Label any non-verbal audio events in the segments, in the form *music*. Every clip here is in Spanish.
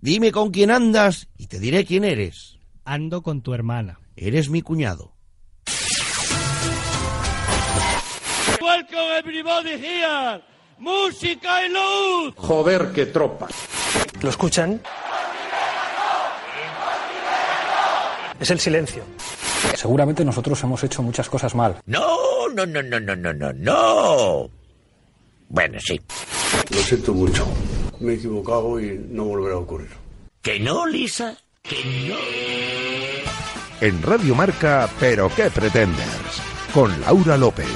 Dime con quién andas y te diré quién eres. Ando con tu hermana. Eres mi cuñado. Welcome everybody here. Música y luz. Joder, qué tropa. ¿Lo escuchan? Es el silencio. Seguramente nosotros hemos hecho muchas cosas mal. No, no, no, no, no, no, no, no. Bueno, sí. Lo siento mucho. Me he equivocado y no volverá a ocurrir. Que no, Lisa. Que no. En Radio Marca, pero qué pretenders. Con Laura López.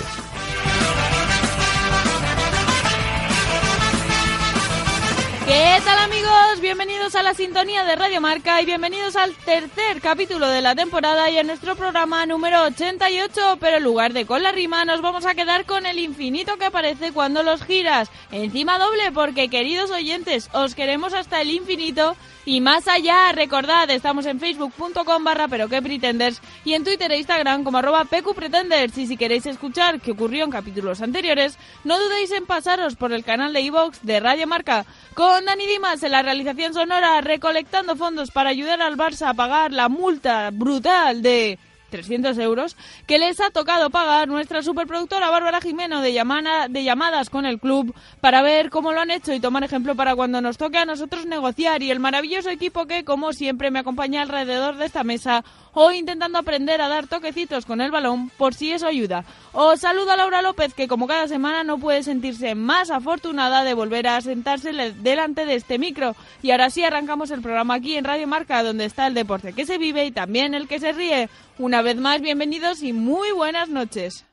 ¿Qué tal amigos? Bienvenidos a la sintonía de Radio Marca y bienvenidos al tercer capítulo de la temporada y a nuestro programa número 88, pero en lugar de con la rima nos vamos a quedar con el infinito que aparece cuando los giras. Encima doble porque queridos oyentes, os queremos hasta el infinito y más allá. Recordad, estamos en facebook.com barra pero que pretenders y en Twitter e Instagram como arroba pqpretenders y si queréis escuchar qué ocurrió en capítulos anteriores, no dudéis en pasaros por el canal de iVox de Radio Marca con Dani Dimas en la realización sonora recolectando fondos para ayudar al Barça a pagar la multa brutal de 300 euros que les ha tocado pagar nuestra superproductora Bárbara Jimeno de, llamana- de llamadas con el club para ver cómo lo han hecho y tomar ejemplo para cuando nos toque a nosotros negociar y el maravilloso equipo que como siempre me acompaña alrededor de esta mesa hoy intentando aprender a dar toquecitos con el balón por si eso ayuda. Os saluda Laura López que como cada semana no puede sentirse más afortunada de volver a sentarse le- delante de este micro y ahora sí arrancamos el programa aquí en Radio Marca donde está el deporte que se vive y también el que se ríe. Una vez más, bienvenidos y muy buenas noches.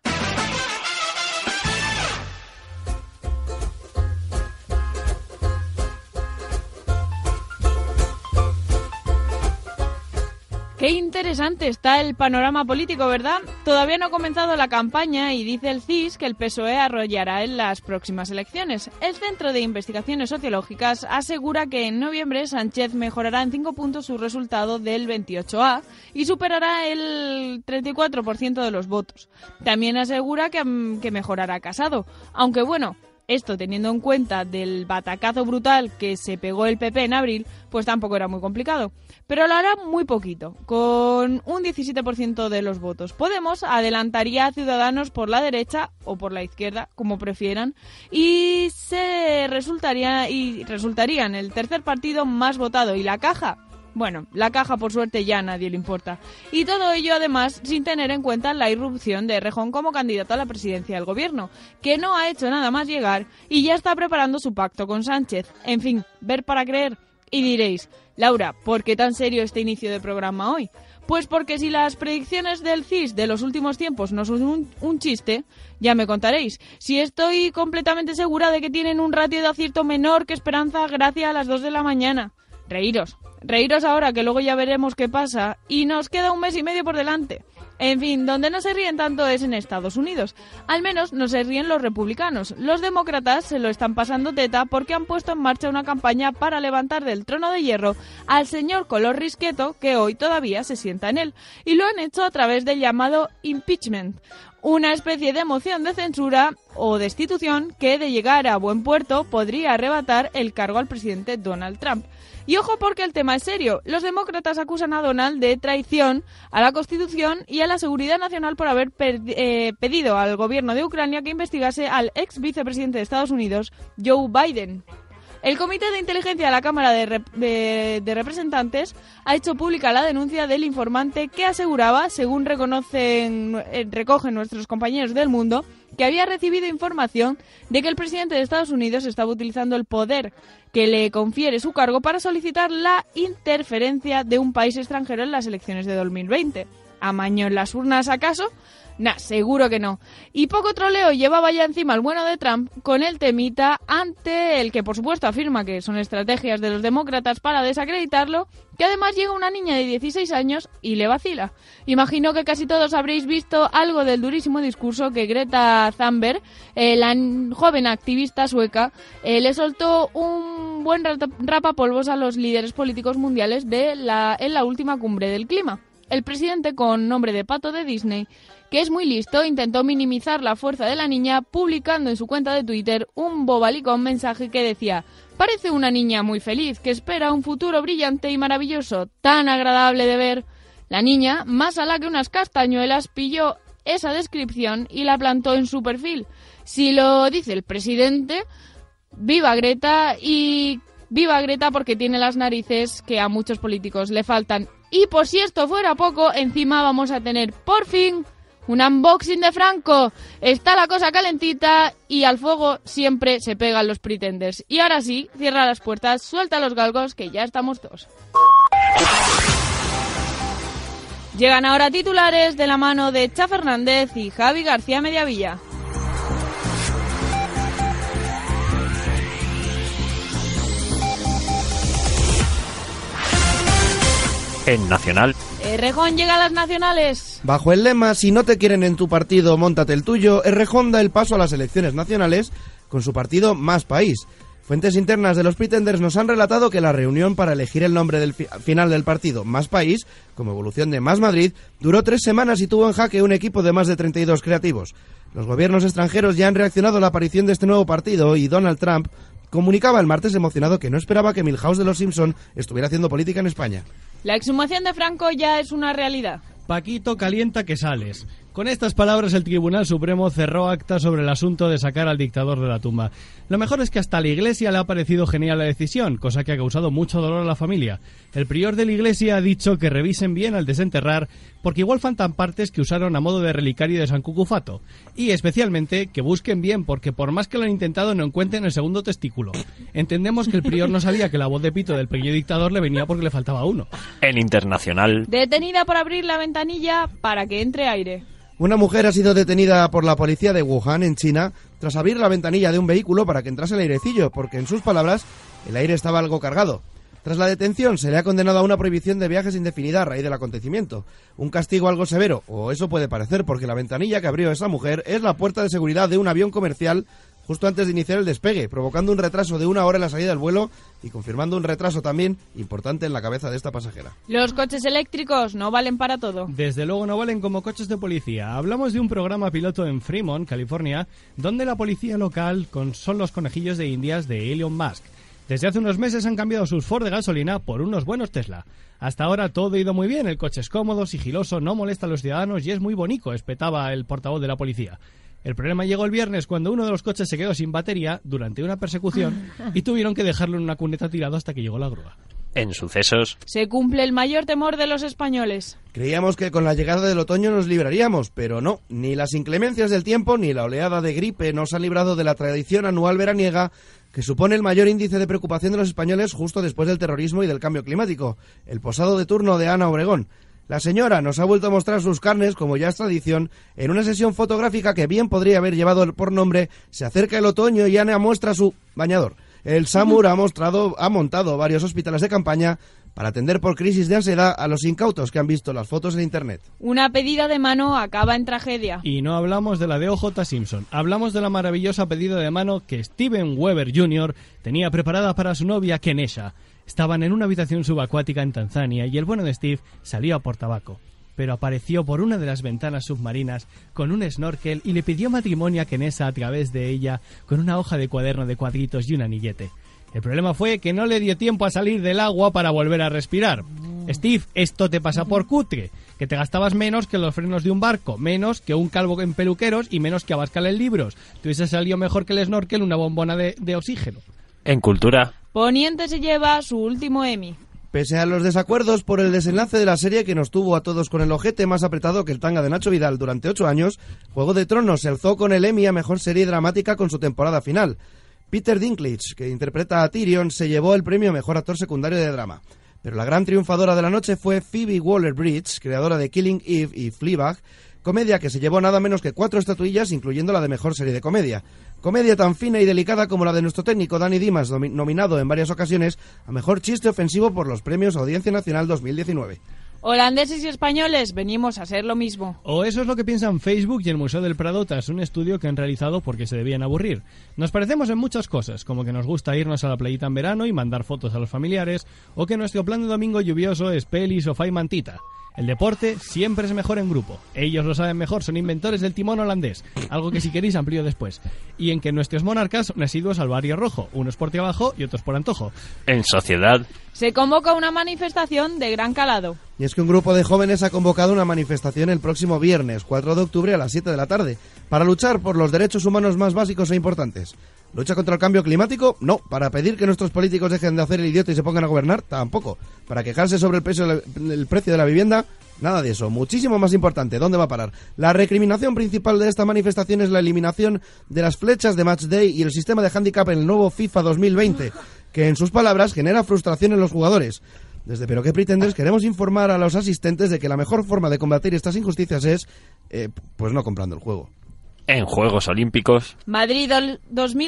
Qué interesante está el panorama político, ¿verdad? Todavía no ha comenzado la campaña y dice el CIS que el PSOE E arrollará en las próximas elecciones. El Centro de Investigaciones Sociológicas asegura que en noviembre Sánchez mejorará en 5 puntos su resultado del 28A y superará el 34% de los votos. También asegura que, mm, que mejorará Casado, aunque bueno, esto teniendo en cuenta del batacazo brutal que se pegó el PP en abril, pues tampoco era muy complicado. Pero lo hará muy poquito, con un 17% de los votos. Podemos adelantaría a Ciudadanos por la derecha o por la izquierda, como prefieran, y se resultaría y resultarían el tercer partido más votado y la caja bueno, la caja por suerte ya a nadie le importa. Y todo ello además sin tener en cuenta la irrupción de Rejón como candidato a la presidencia del gobierno, que no ha hecho nada más llegar y ya está preparando su pacto con Sánchez. En fin, ver para creer. Y diréis, Laura, ¿por qué tan serio este inicio de programa hoy? Pues porque si las predicciones del CIS de los últimos tiempos no son un, un chiste, ya me contaréis. Si estoy completamente segura de que tienen un ratio de acierto menor que Esperanza Gracia a las 2 de la mañana. Reíros. Reíros ahora que luego ya veremos qué pasa y nos queda un mes y medio por delante. En fin, donde no se ríen tanto es en Estados Unidos. Al menos no se ríen los republicanos. Los demócratas se lo están pasando teta porque han puesto en marcha una campaña para levantar del trono de hierro al señor Color Risqueto que hoy todavía se sienta en él. Y lo han hecho a través del llamado impeachment, una especie de moción de censura o destitución que de llegar a buen puerto podría arrebatar el cargo al presidente Donald Trump. Y ojo porque el tema es serio. Los demócratas acusan a Donald de traición a la Constitución y a la seguridad nacional por haber per- eh, pedido al gobierno de Ucrania que investigase al ex vicepresidente de Estados Unidos, Joe Biden. El Comité de Inteligencia de la Cámara de, Rep- de- de Representantes ha hecho pública la denuncia del informante que aseguraba, según reconocen, eh, recogen nuestros compañeros del mundo, que había recibido información de que el presidente de Estados Unidos estaba utilizando el poder que le confiere su cargo para solicitar la interferencia de un país extranjero en las elecciones de 2020. ¿Amaño en las urnas acaso? Nah, seguro que no. Y poco troleo llevaba ya encima el bueno de Trump con el temita ante el que por supuesto afirma que son estrategias de los demócratas para desacreditarlo, que además llega una niña de 16 años y le vacila. Imagino que casi todos habréis visto algo del durísimo discurso que Greta Thunberg, eh, la n- joven activista sueca, eh, le soltó un buen rata- rapapolvos a los líderes políticos mundiales de la, en la última cumbre del clima. El presidente, con nombre de pato de Disney, que es muy listo, intentó minimizar la fuerza de la niña publicando en su cuenta de Twitter un bobalicón mensaje que decía Parece una niña muy feliz que espera un futuro brillante y maravilloso, tan agradable de ver. La niña, más a la que unas castañuelas, pilló esa descripción y la plantó en su perfil. Si lo dice el presidente, viva Greta y viva Greta porque tiene las narices que a muchos políticos le faltan. Y por si esto fuera poco, encima vamos a tener por fin un unboxing de Franco. Está la cosa calentita y al fuego siempre se pegan los pretenders. Y ahora sí, cierra las puertas, suelta los galgos que ya estamos todos. Llegan ahora titulares de la mano de Cha Fernández y Javi García Mediavilla. En Nacional, Errejón llega a las nacionales. Bajo el lema Si no te quieren en tu partido, móntate el tuyo, Errejón da el paso a las elecciones nacionales con su partido Más País. Fuentes internas de los Pretenders nos han relatado que la reunión para elegir el nombre del fi- final del partido Más País, como evolución de Más Madrid, duró tres semanas y tuvo en jaque un equipo de más de 32 creativos. Los gobiernos extranjeros ya han reaccionado a la aparición de este nuevo partido y Donald Trump comunicaba el martes emocionado que no esperaba que Milhouse de los Simpson estuviera haciendo política en España. La exhumación de Franco ya es una realidad. Paquito calienta que sales. Con estas palabras el Tribunal Supremo cerró acta sobre el asunto de sacar al dictador de la tumba. Lo mejor es que hasta a la Iglesia le ha parecido genial la decisión, cosa que ha causado mucho dolor a la familia. El prior de la Iglesia ha dicho que revisen bien al desenterrar, porque igual faltan partes que usaron a modo de relicario de San Cucufato. Y especialmente que busquen bien, porque por más que lo han intentado no encuentren el segundo testículo. Entendemos que el prior no sabía que la voz de pito del pequeño dictador le venía porque le faltaba uno. en Internacional, Detenida por abrir la ventanilla para que entre aire. Una mujer ha sido detenida por la policía de Wuhan, en China, tras abrir la ventanilla de un vehículo para que entrase el airecillo, porque en sus palabras el aire estaba algo cargado. Tras la detención se le ha condenado a una prohibición de viajes indefinida a raíz del acontecimiento. Un castigo algo severo, o eso puede parecer, porque la ventanilla que abrió esa mujer es la puerta de seguridad de un avión comercial justo antes de iniciar el despegue, provocando un retraso de una hora en la salida del vuelo y confirmando un retraso también importante en la cabeza de esta pasajera. Los coches eléctricos no valen para todo. Desde luego no valen como coches de policía. Hablamos de un programa piloto en Fremont, California, donde la policía local con- son los conejillos de indias de Elon Musk. Desde hace unos meses han cambiado sus Ford de gasolina por unos buenos Tesla. Hasta ahora todo ha ido muy bien, el coche es cómodo, sigiloso, no molesta a los ciudadanos y es muy bonito, espetaba el portavoz de la policía. El problema llegó el viernes cuando uno de los coches se quedó sin batería durante una persecución y tuvieron que dejarlo en una cuneta tirado hasta que llegó la grúa. en Sucesos, Se cumple el mayor temor de los españoles. Creíamos que con la llegada del otoño nos libraríamos, pero no, ni las inclemencias del tiempo ni la oleada de gripe nos han librado de la tradición anual veraniega que supone el mayor índice de preocupación de los españoles justo después del terrorismo y del cambio climático, el posado de turno de Ana Obregón. La señora nos ha vuelto a mostrar sus carnes, como ya es tradición, en una sesión fotográfica que bien podría haber llevado por nombre Se acerca el otoño y Ana muestra su bañador. El SAMUR ha, mostrado, ha montado varios hospitales de campaña para atender por crisis de ansiedad a los incautos que han visto las fotos en Internet. Una pedida de mano acaba en tragedia. Y no hablamos de la de OJ Simpson, hablamos de la maravillosa pedida de mano que Steven Weber Jr. tenía preparada para su novia Kenesha. Estaban en una habitación subacuática en Tanzania y el bueno de Steve salió a por tabaco. Pero apareció por una de las ventanas submarinas con un snorkel y le pidió matrimonio a Kenesha a través de ella con una hoja de cuaderno de cuadritos y un anillete. El problema fue que no le dio tiempo a salir del agua para volver a respirar. Steve, esto te pasa por cutre, que te gastabas menos que los frenos de un barco, menos que un calvo en peluqueros y menos que Abascal en libros. Te hubiese salido mejor que el snorkel una bombona de, de oxígeno. en Cultura, Poniente se lleva su último Emmy. Pese a los desacuerdos por el desenlace de la serie que nos tuvo a todos con el ojete más apretado que el tanga de Nacho Vidal durante ocho años, Juego de Tronos se alzó con el Emmy a Mejor Serie Dramática con su temporada final. Peter Dinklage, que interpreta a Tyrion, se llevó el premio a Mejor Actor Secundario de Drama. Pero la gran triunfadora de la noche fue Phoebe Waller-Bridge, creadora de Killing Eve y Fleabag, comedia que se llevó nada menos que cuatro estatuillas, incluyendo la de Mejor Serie de Comedia. Comedia tan fina y delicada como la de nuestro técnico Dani Dimas, nomi- nominado en varias ocasiones a Mejor Chiste Ofensivo por los Premios Audiencia Nacional 2019. Holandeses y españoles venimos a ser lo mismo. O eso es lo que piensan Facebook y el Museo del Prado tras un estudio que han realizado porque se debían aburrir. Nos parecemos en muchas cosas, como que nos gusta irnos a la playita en verano y mandar fotos a los familiares, o que nuestro plan de domingo lluvioso es pelis, sofá y mantita. El deporte siempre es mejor en grupo. Ellos lo saben mejor, son inventores del timón holandés. Algo que si queréis amplío después. Y en que nuestros monarcas son asiduos al barrio rojo, unos por trabajo y otros por antojo. En sociedad. Se convoca una manifestación de gran calado. Y es que un grupo de jóvenes ha convocado una manifestación el próximo viernes, 4 de octubre a las 7 de la tarde, para luchar por los derechos humanos más básicos e importantes. ¿Lucha contra el cambio climático? No. ¿Para pedir que nuestros políticos dejen de hacer el idiota y se pongan a gobernar? Tampoco. ¿Para quejarse sobre el, peso de la- el precio de la vivienda? Nada de eso. Muchísimo más importante. ¿Dónde va a parar? La recriminación principal de esta manifestación es la eliminación de las flechas de Match Day y el sistema de handicap en el nuevo FIFA 2020, que en sus palabras genera frustración en los jugadores. Desde Pero qué Pretenders Ah. queremos informar a los asistentes de que la mejor forma de combatir estas injusticias es, eh, pues no comprando el juego. En Juegos Olímpicos. Madrid dol-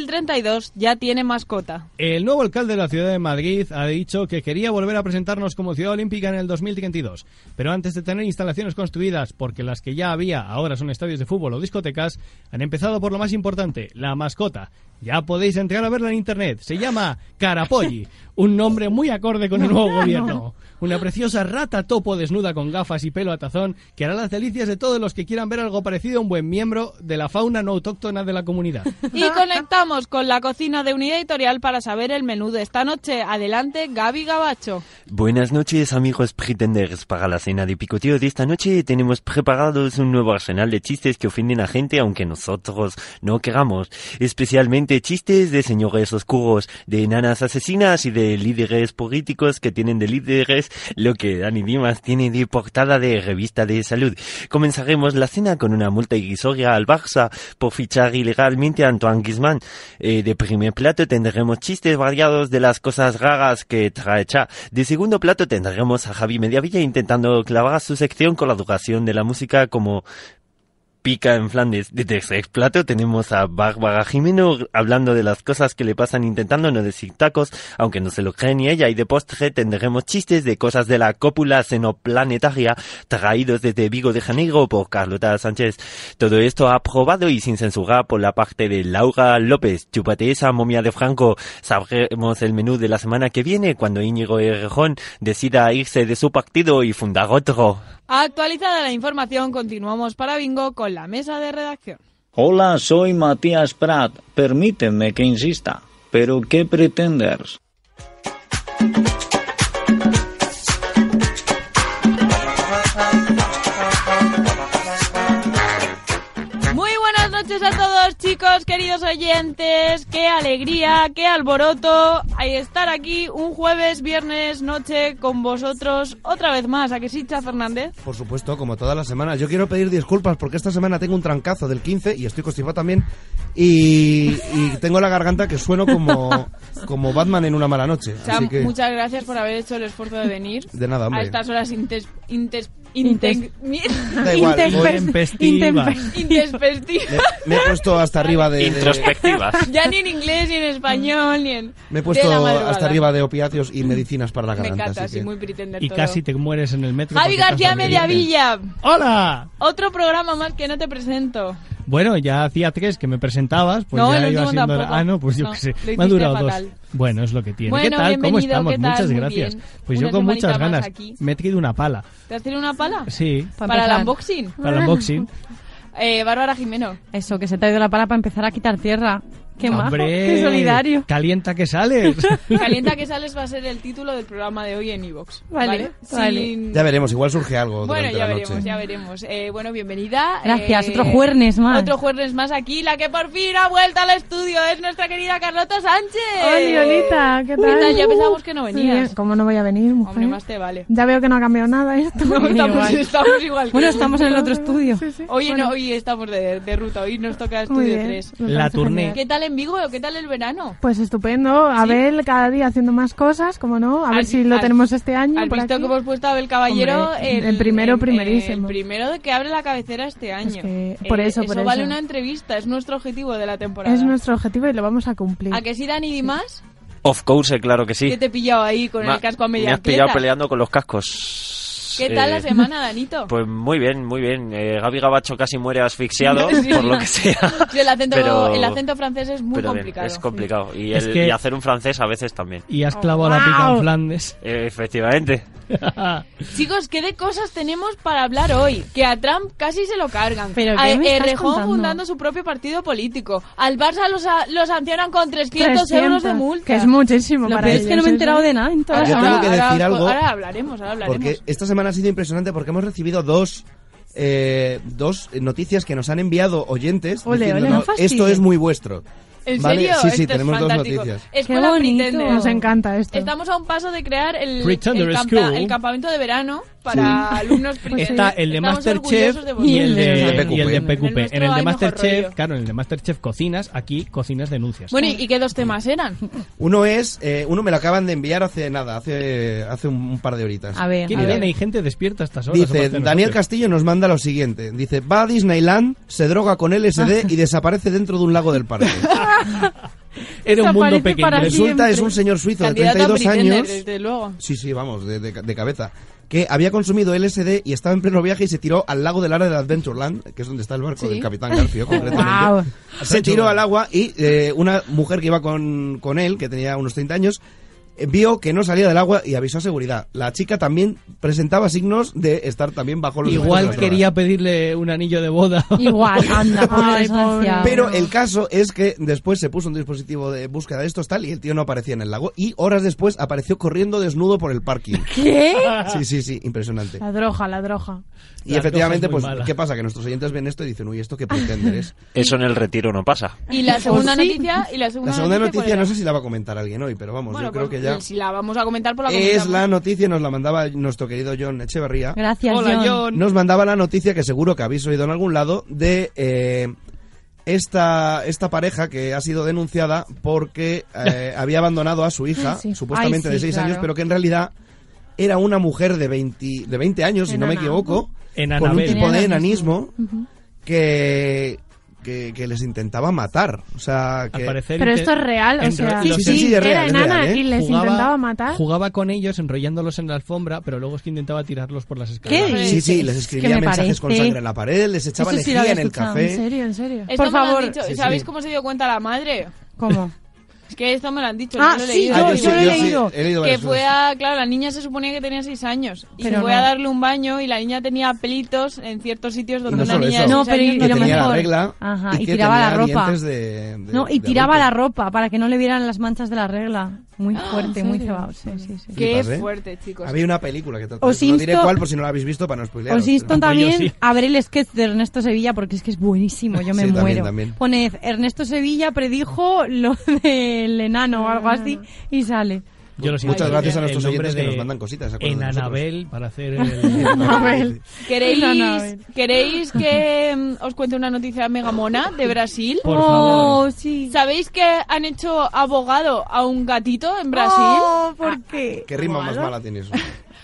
2032 ya tiene mascota. El nuevo alcalde de la ciudad de Madrid ha dicho que quería volver a presentarnos como ciudad olímpica en el 2032, pero antes de tener instalaciones construidas, porque las que ya había ahora son estadios de fútbol o discotecas, han empezado por lo más importante, la mascota. Ya podéis entrar a verla en internet. Se llama Carapolli, un nombre muy acorde con el nuevo gobierno. Una preciosa rata topo desnuda con gafas y pelo a tazón que hará las delicias de todos los que quieran ver algo parecido a un buen miembro de la fauna no autóctona de la comunidad. Y conectamos con la cocina de Unidad Editorial para saber el menú de esta noche. Adelante, Gaby Gabacho. Buenas noches, amigos pretenders. Para la cena de picoteo de esta noche tenemos preparados un nuevo arsenal de chistes que ofenden a gente aunque nosotros no queramos. Especialmente chistes de señores oscuros, de enanas asesinas y de líderes políticos que tienen de líderes lo que Dani Dimas tiene de portada de revista de salud. Comenzaremos la cena con una multa irrisoria al Barça por fichar ilegalmente a Antoine Griezmann. Eh, de primer plato tendremos chistes variados de las cosas raras que trae Cha. De segundo plato tendremos a Javi Mediavilla intentando clavar su sección con la educación de la música como pica en Flandes. De tercer plato tenemos a Bárbara Jimeno hablando de las cosas que le pasan intentando no decir tacos, aunque no se lo cree ni ella. Y de postre tendremos chistes de cosas de la cópula xenoplanetaria traídos desde Vigo de Janeiro por Carlota Sánchez. Todo esto aprobado y sin censura por la parte de Laura López. Chúpate esa momia de Franco. Sabremos el menú de la semana que viene cuando Íñigo Errejón decida irse de su partido y fundar otro. Actualizada la información, continuamos para Bingo con la mesa de redacción. Hola, soy Matías Prat. Permíteme que insista. ¿Pero qué pretenders? Muy buenas noches a todos, chicos, queridos oyentes. Qué alegría, qué alboroto Ay, estar aquí un jueves, viernes, noche con vosotros otra vez más. ¿A que sí, Cha Fernández? Por supuesto, como todas las semanas. Yo quiero pedir disculpas porque esta semana tengo un trancazo del 15 y estoy constipado también. Y, y tengo la garganta que sueno como, como Batman en una mala noche. Cha, Así que, muchas gracias por haber hecho el esfuerzo de venir. de nada, A hombre. estas horas intes, intes, intes, Da igual, voy- intempestivas. Me, me he puesto hasta arriba de... de- *laughs* Ya ni en inglés, ni en español, ni en. me de he la puesto madrugada. hasta arriba de opiáceos y medicinas para la Me garganta. encanta, así sí, que- muy pretender Y todo. casi te mueres en el metro. Javi porque estás García tan Mediavilla. ¡Hola! Otro programa más que no te presento. Bueno, ya hacía tres que me presentabas, pues No, ya el iba último siendo... tampoco. Ah, no, pues yo No, qué sé. lo hiciste Me han durado fatal. dos. Bueno, es lo que tiene. Bueno, ¿Qué tal? ¿Cómo bienvenido, estamos? ¿qué tal? Muchas Muy gracias. bien. Pues Una yo con semanita muchas más ganas. aquí. Me he traído una pala. ¿Te has tirado una pala? Sí. Para, empezar. el unboxing. Para el unboxing. *laughs* Eh, Bárbara Jimeno. Eso, que se te ha ido la pala para empezar a quitar tierra. Qué majo, ¡Hombre! qué solidario. Calienta que sales. Calienta que sales va a ser el título del programa de hoy en Evox. Vale, Sin- *laughs* Ya veremos, igual surge algo Bueno, durante ya la veremos, noche. ya veremos. Eh, bueno, bienvenida. Gracias, Eh, otro jueves más. Otro jueves más aquí. La que por fin ha vuelto al estudio es nuestra querida Carlota Sánchez. Oli, Olita, ¿qué tal? Ya pensábamos que no Sí, venías. ¿Cómo no voy a venir, mujer? Hombre, más te vale. Ya veo que no ha cambiado nada esto. No, estamos, *laughs* estamos igual. que Bueno, tú. estamos en el otro estudio. Hoy, Bueno. no, hoy estamos de, de ruta, hoy nos toca Muy estudio bien, 3. me La parece tournée. genial. ¿Qué tal en Vigo? ¿Qué tal el verano? Pues estupendo. Abel cada día haciendo más cosas, como no. A ver Has- si lo has- tenemos este año. Has por visto aquí. que hemos puesto a Abel Caballero Hombre, el primero, primerísimo. El primero de que abre la cabecera este año. que- por eso, por vale eso. una entrevista, es nuestro objetivo de la temporada. Es nuestro objetivo y lo vamos a cumplir. ¿A que sí, Dani Dimas? Of course, eh, claro que sí. Que te he pillado ahí con Ma- el casco a media Me has pillado aprieta. peleando con los cascos. ¿Qué tal la Eh, semana, *laughs* Danito? Pues muy bien, muy bien. Eh, Gaby Gabacho casi muere asfixiado, *laughs* Sí. por lo que sea. Sí, el, acento, pero- el acento francés es muy Pero bien, complicado. es complicado. Y, Es el- que- y hacer un francés a veces también. Y has clavado la pica en Flandes. Eh, efectivamente. Chicos, ¿qué de cosas tenemos para hablar hoy? Que a Trump casi se lo cargan. ¿Pero qué a me estás Errejón contando? fundando su propio partido político. Al Barça los, los sancionan con 300, euros de multa. Que es muchísimo. Lo para peor es que no me he ellos, ¿eh? enterado de nada en toda la Yo semana. tengo que decir ahora, algo. ahora hablaremos, ahora hablaremos. Porque esta semana ha sido impresionante porque hemos recibido dos eh, dos noticias que nos han enviado oyentes. Ole, ole, diciéndonos, no fastidies. esto es muy vuestro. ¿En ¿Vale? serio? Sí, sí, Esto tenemos es dos fantástico. Eh, noticias. Escuela Qué bonito. Pretender. Nos encanta esto. Estamos a un paso de crear el, Pretender el campa- School. el campamento de verano para alumnos príncipes. Está el de Estamos Masterchef orgullosos de y el Eh, de, vosotros. y el de PQP. En el nuestro En el hay de mejor Masterchef, rollo. claro, en el de Masterchef cocinas, aquí cocinas denuncias. Bueno, ¿y qué dos temas *laughs* eran? Uno es, eh, uno me lo acaban de enviar hace nada, hace, hace un, un par de horitas. A ver, ¿Quién a viene? ver. Hay gente despierta a estas horas. Dice, aparte de Daniel nosotros. Castillo nos manda lo siguiente. Dice, va a Disneyland, se droga con LSD y desaparece dentro de un lago del parque. Era un mundo Desaparece pequeño. para Resulta, es un señor suizo de Candidato a 32 Pretender, años. desde *laughs* luego. Sí, sí, vamos, de, de- de cabeza. Que había consumido LSD y estaba en pleno viaje y se tiró al lago del área de Adventureland, que es donde está el barco Sí. del Capitán Garfio, concretamente. Guau. Se tiró al agua y eh, una mujer que iba con, con él, que tenía unos 30 años, eh, vio que no salía del agua y avisó a seguridad. La chica también presentaba signos de estar también bajo los efectos Igual de las quería pedirle un anillo de boda. *laughs* Igual, anda, pobre Ay, desgraciado. pobre. Pero el caso es que después se puso un dispositivo de búsqueda de estos tal y el tío no aparecía en el lago y horas después apareció corriendo desnudo por el parking. ¿Qué? Sí, sí, sí, impresionante. La droga, la droga. Y La efectivamente, cosa es pues, muy mala. ¿qué pasa? Que nuestros oyentes ven esto y dicen, uy, ¿esto qué *laughs* pretendes? Eso en el retiro no pasa. Y la segunda noticia... Y la segunda, La segunda ¿cuál noticia era? no sé si la va a comentar alguien hoy, pero vamos, Bueno, yo creo pues, que ya... Si la vamos a comentar por la Es comentamos. la noticia, nos la mandaba nuestro querido John Echeverría. Gracias, Hola, John. John. Nos mandaba la noticia que seguro que habéis oído en algún lado de eh, esta, esta pareja que ha sido denunciada porque eh, había abandonado *laughs* a su hija, Ay, sí. supuestamente Ay, de sí, 6 claro. años, pero que en realidad era una mujer de 20, de 20 años, si no me Enana. equivoco, con un Enanabel. tipo de Enanismo. enanismo que, que, que les intentaba matar. O sea, Al que... parecer... Pero inte- esto es real, o en- sea, Sí, los- sí, sí, es era real, es enana real, ¿eh? y les intentaba matar. Jugaba con ellos enrollándolos en la alfombra, pero luego es que intentaba tirarlos por las escaleras. ¿Qué? Sí, sí, Es les que escribía me mensajes con parece- sangre en la pared, les echaba Eso sí lo lejía había en el escuchado, café. En serio, en serio. Esto Por me lo han favor. dicho. Sí, sí. ¿Sabéis cómo se dio cuenta la madre? ¿Cómo? Es que esto me lo han dicho. Ah, yo lo he sí, leído. yo- Ah, yo lo he leído. he leído que varias fue cosas. a, claro, la niña se suponía que tenía 6 años y Pero fue no. a darle un baño y la niña tenía pelitos en ciertos sitios donde no una solo niña eso. de No, seis pero y- años que lo tenía mejor. la regla Ajá, y, y que tiraba tenía la ropa. dientes de- de- No, y de tiraba la adulto. ropa para que no le vieran las manchas de la regla. Muy fuerte, muy cebado. Sí, sí, sí. Ah, Qué Flipas, ¿eh? fuerte, chicos. Había una película que trata Os de eso. No diré insto- cuál por si no la habéis visto para no spoilearos. Os insto pero- Pues también sí. a ver el sketch de Ernesto Sevilla porque es que es buenísimo, yo me Sí, también, muero. también. Poned Ernesto Sevilla predijo lo del enano o algo así y sale. Yo lo siento, Muchas gracias a el nuestros nombre oyentes que de nos mandan cositas, ¿se acuerdan de Enanabel para hacer *laughs* Sí, el... también. Mabel. No, no, a ver. ¿Queréis, ¿Queréis que mm, os cuente una noticia megamona de Brasil? Por favor. Oh, sí. ¿Sabéis que han hecho abogado a un gatito en Brasil? Oh, ¿por qué? Ah, ¿Qué rima más mala tiene eso?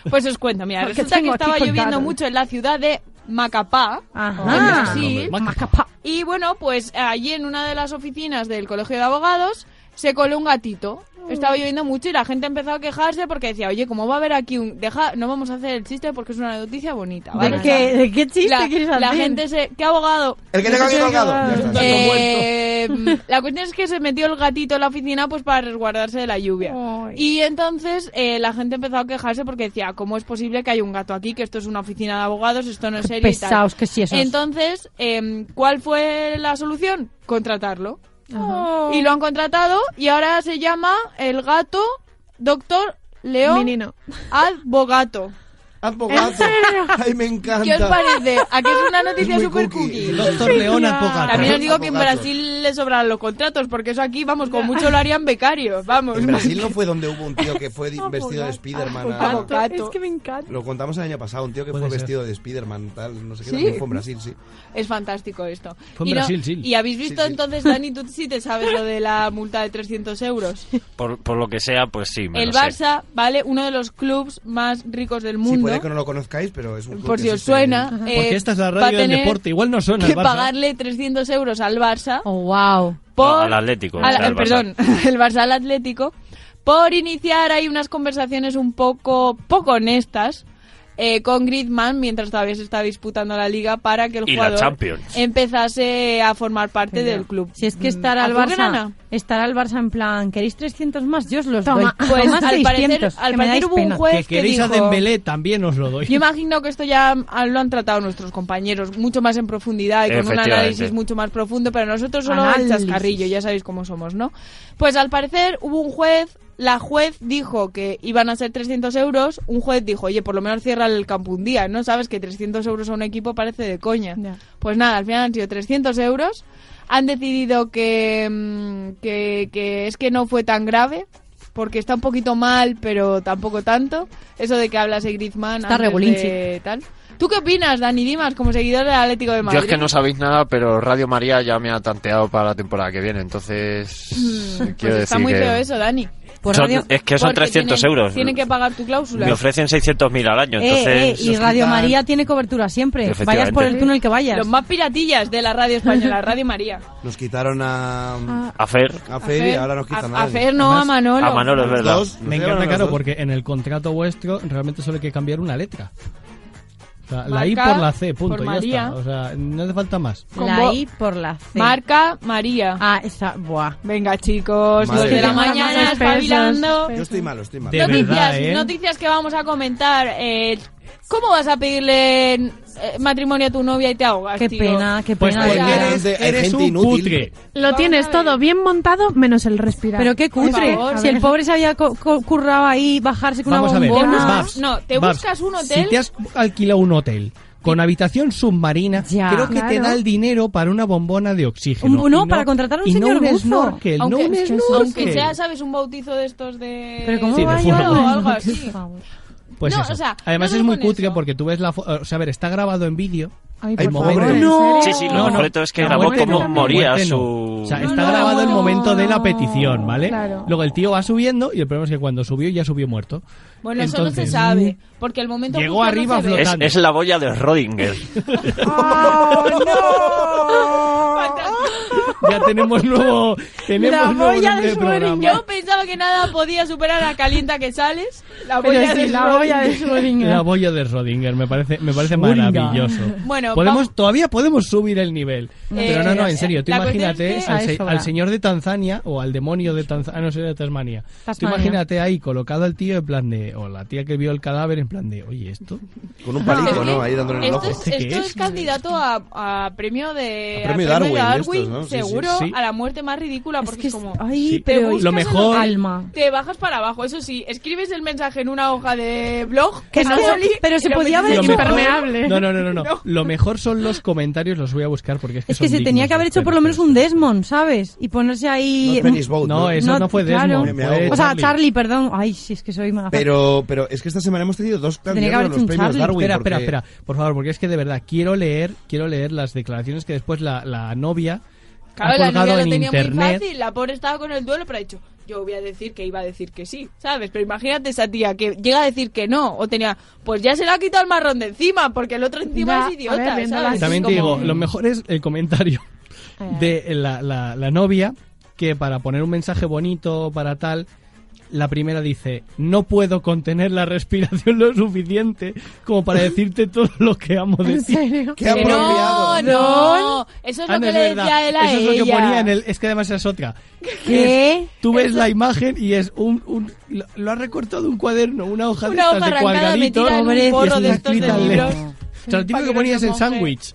Pues os cuento, mira, Porque resulta que Ah, tengo aquí estaba lloviendo contado. mucho en la ciudad de Macapá, Oh, en Ajá. Ah, Brasil, Macapá. y bueno, pues allí en una de las oficinas del Colegio de Abogados se coló un gatito. Estaba lloviendo mucho y la gente empezó a quejarse porque decía, oye, ¿cómo va a haber aquí un...? Deja, no vamos a hacer el chiste porque es una noticia bonita, ¿vale? ¿De qué, ¿De qué chiste La, quieres hacer? la gente se... ¿Qué abogado? El que tengo aquí colgado. Ya está. Eh, *laughs* la cuestión es que se metió el gatito en la oficina pues para resguardarse de la lluvia. Ay. Y entonces eh, la gente empezó a quejarse porque decía, ¿cómo es posible que haya un gato aquí? Que esto es una oficina de abogados, esto no es serio. y tal". Pesaos, que sí, esos. Entonces, eh, ¿cuál fue la solución? Contratarlo. Oh. Y lo han contratado y ahora se llama el gato Doctor León Menino. Advogato. Advogato. Ay, me encanta. ¿Qué os parece? ¿A que es una noticia muy super cookie. cookie? Doctor León Advogato. También os digo que en Abogados. Brasil le sobran los contratos, porque eso aquí, vamos, con mucho lo harían becarios, vamos. Ah, En Brasil *laughs* no fue donde hubo un tío que fue di- vestido de Spiderman. a- Abogato. Es que me encanta. Lo contamos el año pasado, un tío que Puede fue ser. vestido de Spiderman, tal, no sé qué, ¿Sí? también fue en Brasil, sí. Es fantástico esto. Fue en y, no- Brasil, sí. y habéis visto Sí, sí. entonces, Dani, tú sí te sabes lo de la multa de 300 *laughs* euros. Por, por lo que sea, pues sí, me El lo sé. Barça, ¿vale? Uno de los clubs más ricos del Sí, mundo. puede que no lo conozcáis, pero es un club por que si os existe en- suena. eh, Porque esta es la va a radio del tener deporte, igual no suena Que el Barça. pagarle 300 euros al Barça. Oh, wow. por, No, al Atlético, al- eh, o sea, al Barça. perdón, *laughs* el Barça al Atlético, por iniciar ahí unas conversaciones un poco, poco honestas eh, con Griezmann mientras todavía se estaba disputando la liga para que el Y la jugador Champions. empezase a formar parte del club. Mm, Si es que estar al Barça Azulgrana. estará el Barça en plan, ¿queréis 300 más? Yo os los *laughs* Toma. doy. Pues, Tomad al parecer- 600, que al me parecer dais hubo un pena. juez Que queréis a dijo- Dembélé, también os lo doy. Yo imagino que esto ya ah, lo han tratado nuestros compañeros mucho más en profundidad y con un Efectivamente. análisis mucho más profundo, pero nosotros solo el Análisis. chascarrillo, ya sabéis cómo somos, ¿no? Pues al parecer hubo un juez, la juez dijo que iban a ser 300 euros, un juez dijo, oye, por lo menos cierra el campo un día, ¿no? Sabes que 300 euros a un equipo parece de coña. Pues nada, al final han sido 300 euros, han decidido que, mm, que, que es que no fue tan grave. Porque está un poquito mal, pero tampoco tanto. Eso de que hablase Griezmann Está antes regulinchi. de tal. ¿Tú qué opinas, Dani Dimas, como seguidor del Atlético de Madrid? Yo es que no sabéis nada, pero Radio María ya me ha tanteado para la temporada que viene, entonces Mm, quiero *laughs* pues está decir muy que feo eso, Dani. Por Son- radio- es que son Porque 300 tienen- euros. Tienen que pagar tu cláusula. me ofrecen 600.000 al año, Eh, eh, entonces... y Radio María tiene cobertura siempre. Vayas por el Efectivamente. túnel que vayas. Los más piratillas de la *laughs* radio española, Radio María. Nos quitaron a. Ah, A Fer. A Fer, y ahora nos quitan a, a nadie. Fer no, a Manolo. a Manolo, es Los verdad. dos, nos Me llevan a encanta, los claro, dos. porque en el contrato vuestro realmente solo hay que cambiar una letra. O sea, la I Marca por la C, punto. por ya María. está. O sea, no hace falta más. Con La vo- I por la C. Marca María. Ah, esa, buah. Venga, chicos, Madre desde mía. la mañana Más expensas. espabilando. Yo estoy malo, estoy malo. De noticias, verdad, ¿eh? noticias que vamos a comentar. eh, ¿Cómo vas a pedirle eh, matrimonio a tu novia y te ahogas? Qué tío? pena, qué Pues pena. porque de verdad. eres, Hay eres gente un inútil. putre. Lo tienes todo bien montado menos el respirar. Pero qué cutre. favor. Si el pobre se había co- co- currado ahí bajarse con Vamos a una ver, bombona. Babs, No, te Babs, buscas un hotel. Si te has alquilado un hotel con habitación submarina, Ya. creo que te Claro. da el dinero para una bombona de Un- oxígeno. no, Y para contratar a un y señor no un buzo. snorkel, no Aunque- un aunque snorkel. sea, sabes, un bautizo de estos de... Pero cómo Sí, va de yo fútbol. o o algo algo así. así. Pues No, eso. o sea, Además no es nos muy con cutre eso. porque tú ves la fo- O sea, a ver, está grabado en vídeo. Ay, Hay por momento. favor, ¿en serio? Sí, sí, lo No, no. concreto es que La grabó muerte cómo no, moría muerte no. su- O sea, No, está no, grabado el no. momento de la petición, ¿vale? Claro. Luego el tío va subiendo y el problema es que cuando subió ya subió muerto. Bueno, eso no se Entonces, ¿eh? sabe, porque el momento Llegó justo no arriba se ve. Es, flotando. es la boya de Rodinger. *laughs* Ya tenemos nuevo, tenemos La nuevo boya nombre de de programa. Yo pensaba que nada podía superar a Calienta que sales. La Pero boya sí, de la Schrödinger. boya de *laughs* Schrödinger. La boya de Rodinger, me parece, me parece Schrödinger. maravilloso. Bueno, podemos, vamos- todavía podemos subir el nivel. pero no, no, en serio, tú la cuestión imagínate es que- al, Ah, se- eso al va. señor de Tanzania o al demonio de Tanzania, no sé, de Tasmania. Tú Tasmania. imagínate ahí colocado al tío en plan de, o la tía que vio el cadáver en plan de, oye, esto. Con un palito, ¿no? Ahí dándole en el Esto ojo. es, ¿Este qué esto es? es candidato a, a premio de A premio Darwin, de estos, ¿no? Sí, sí, seguro sí. a la muerte más ridícula porque es, como Ay, Sí. pero buscas Lo en mejor- el- Alma. te bajas para abajo eso sí escribes el mensaje en una hoja de blog *laughs* Que no, Anoli, pero se y lo podía metes haber hecho- en el blog. *laughs* Impermeable. No, no, no, *laughs* no, no. Lo mejor son los comentarios, los voy a buscar porque es que Es que son se tenía dignos que haber de hecho por pena. lo menos un Desmond, ¿sabes? Y ponerse ahí... No, Venice Boat, No, ¿no? eso no, fue claro. Desmond. Me- me fue ahogo. O sea, Charlie, perdón. Ay, sí, es que soy mala fan. Pero, pero es que esta semana hemos tenido dos Tenía que haber candidatos hecho a los un premios Charlie. Darwin. espera, porque- espera, espera, por favor, porque es que de verdad quiero leer, quiero leer las declaraciones que después la, la novia Claro, ha la colgado novia lo en tenía muy internet. fácil, la pobre estaba con el duelo, pero ha dicho, yo voy a decir que iba a decir que sí, ¿sabes? Pero imagínate esa tía que llega a decir que no, o tenía, pues ya se le ha quitado el marrón de encima, porque el otro encima Ya, es a ver, idiota, viéndola ¿sabes? así Ah, También te Es como- digo, lo mejor es el comentario Eh, de la, la- la novia que para poner un mensaje bonito para tal la primera dice no puedo contener la respiración lo suficiente como para decirte todo lo que amo de ¿En ti serio? ¡Qué Que no, apropiado! no, eso es lo Ah, no, que es le verdad. decía él a Eso es ella. lo que ponía en el. Es que además es otra. ¿Qué? Es- tú ves la imagen y es un. un- lo, lo ha recortado un cuaderno, una hoja de Una estas hoja de arrancada cuadraditos. metida en un y está forro de escrita estos de en letras. libros. O sea, lo típico Para que que no ponías se en moje. sándwich.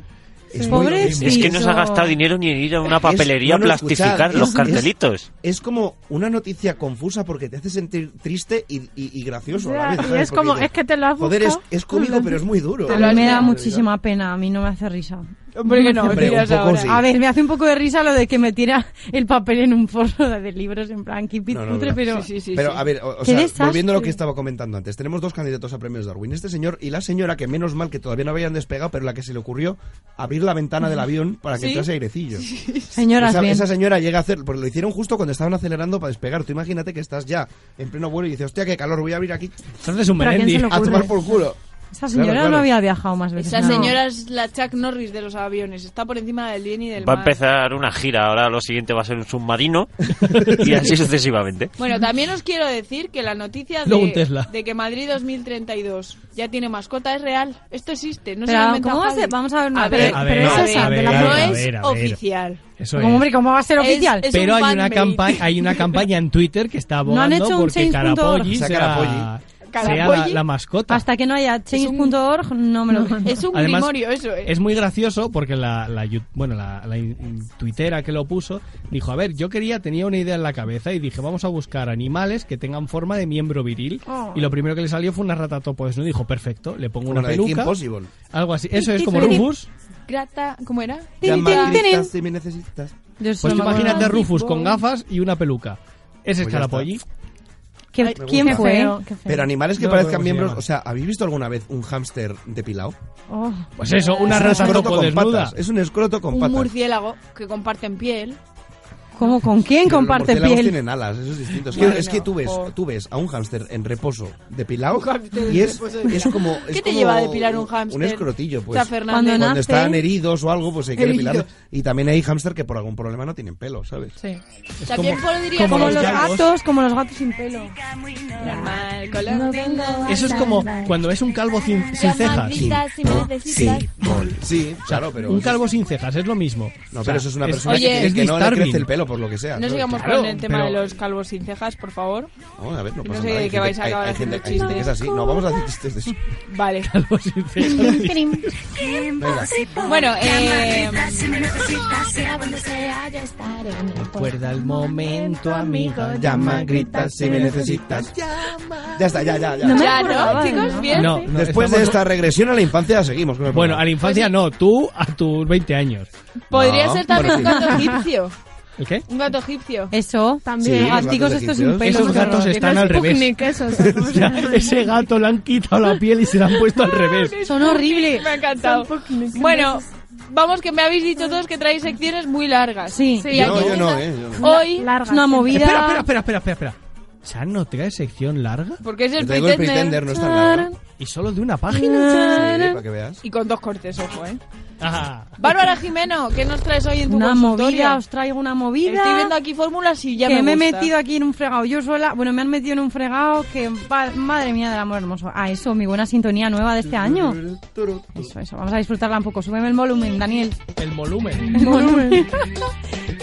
Es muy Pobrecito. horrible. Es que no se ha gastado dinero ni en ir a una papelería Es- no, a no, plastificar escuchad, los es- cartelitos. Es como una noticia confusa porque te hace sentir triste y, y- y gracioso a la Ya, vez. y ¿sabes? es como, Porque es que te lo has Joder, es, buscado. es cómico, pero es muy duro. A mí me da muchísima pena, a mí no me hace risa. Hombre, que no, Hombre, un tiras poco ahora. sí. A ver, me hace un poco de risa lo de que me tira el papel en un forro de libros, en plan, keep it No, no, cutre, no. pero... Sí, sí, sí, Pero sí. a ver, o, o Qué sea, desastre. volviendo a lo que estaba comentando antes, tenemos dos candidatos a premios Darwin, este señor y la señora que menos mal que todavía no habían despegado, pero la que se le ocurrió abrir la ventana del avión para que Sí. entrase airecillo. Señoras, esa, bien. esa señora llega a hacer, porque lo hicieron justo cuando estaban acelerando para despegar. Tú imagínate que estás ya en pleno vuelo y dices, hostia, qué calor, voy a abrir aquí Entonces un Pero ¿a quién se Melendi. lo- a Ocurre. tomar por culo. Esa Claro, señora claro. no había viajado más veces. Esa No. señora es la Chuck Norris de los aviones. Está por encima del bien y del Va a mal. empezar una gira, ahora lo siguiente va a ser un *laughs* submarino y así sucesivamente. Bueno, también os quiero decir que la noticia Luego de, un Tesla. de que Madrid 2032 ya ya tiene mascota es real. Esto existe. No Pero, se lo inventa ¿cómo va a Javi. ser? Vamos a ver una- A ver, Pero- A pero ver, es a esa, ver, de la- a no ver, a es ver, a ver. oficial. Eso Como, es. hombre, ¿cómo va a ser Es- oficial? es Pero hay una, fanmade. campa- hay una campaña en Twitter que está ¿No han abogando hecho un porque 6.org? Carapolli sea, Sea Carapolli. sea la, la mascota. Hasta que no haya change.org, no me lo Es un Además, grimorio eso, ¿eh? Es muy gracioso porque la, la yu- bueno, la, la in- in- tuitera que lo puso dijo, a ver, yo quería, tenía una idea en la cabeza y dije, vamos a buscar animales que tengan forma de miembro viril. Oh. Y lo primero que le salió fue una rata topo desnudo. Dijo, perfecto, le pongo Como la una de Kim peluca. Possible. Algo así. Eso es Y- y- como y- Rufus. Grata, ¿cómo era? Llama Grata- a Crista si me necesitas. Pues tú imagínate a Rufus con gafas y una peluca. Ese es Pues ya Carapolli. ¿Qué- Me gusta. ¿Quién fue? Qué feo. Pero animales que No, parezcan ¿cómo se miembros. llama? O sea, ¿habéis visto alguna vez un hámster depilado? Oh. Pues eso, una Es un rata escroto topo con desnuda. patas. Es un escroto con un patas. murciélago que comparten piel. ¿Cómo? ¿Con quién Pero comparte los murciélagos piel? tienen alas, eso es distinto. Es que, Bueno, es que tú, ves, por- tú ves a un hámster en reposo depilado Un hámster en y es, reposo depilado. es como. ¿Qué es te como lleva a depilar un hámster? Un escrotillo, pues. O sea, Fernández. Cuando nace- están heridos o *laughs* algo, pues hay que Heridos. depilarlos. Y también hay hámster que por algún problema no tienen pelo, ¿sabes? Sí. También podría como ser- los gatos, como los gatos sin pelo. Normal, color tengo Eso es como cuando es un calvo sin, sin cejas. Llamadita, si me necesitas. Sí, claro, pero. Un calvo sin cejas es lo mismo. *laughs* No, O sea, pero eso es una persona que, tiene- es que no le Disturbing. crece el pelo, por lo que sea. No ¿sabes? sigamos Claro, con el tema pero- de los calvos sin cejas, por favor. No, a ver, no No pasa sé nada. de qué hay gente- vais a hay- acabar hay gente- haciendo hay gente que es así. No, vamos a hacer chistes de eso. Vale. Venga. Bueno, eh, Recuerda el momento, amigo. Llama, grita si me necesitas. Ya está, ya, ya, ya. No me Ya, ¿no, acordaba, chicos? ¿no? Bien. No, no, Después de estamos- esta regresión a la infancia, seguimos con el Bueno, a la infancia no, tú a tus 20 años. podría No, ser también un bueno, sí. gato egipcio. ¿El qué? *laughs* Un gato egipcio. Eso, Sí, Gaticos, los gatos esto es un egipcios. pelo. Esos gatos están al revés. *laughs* O sea, ese gato le han quitado la piel y se la han puesto al revés. Son horribles. Me ha encantado. Bueno, vamos, que me habéis dicho todos que traéis secciones muy largas. Sí. Y aquí empieza- ¿eh? Hoy es una movida. ¿eh? Espera, espera, espera, espera, espera, espera. ¿San no trae sección larga? Porque es el Yo traigo el pretender. Pretender, no es tan largo. ¿Y solo de una página? Sí, para que veas. Y con dos cortes, ojo, eh. Ah, Bárbara Jimeno, ¿qué nos traes hoy en tu Una consultorio? movida, os traigo una movida. Estoy viendo aquí fórmulas y ya que me, me, he gusta. metido aquí en un fregado yo sola. Bueno, me han metido en un fregado que, va- madre mía del amor hermoso. Ah, eso, mi buena sintonía nueva de este año. Eso, eso, vamos a disfrutarla un poco. Súbeme el volumen, Daniel. el volumen. El volumen. *laughs*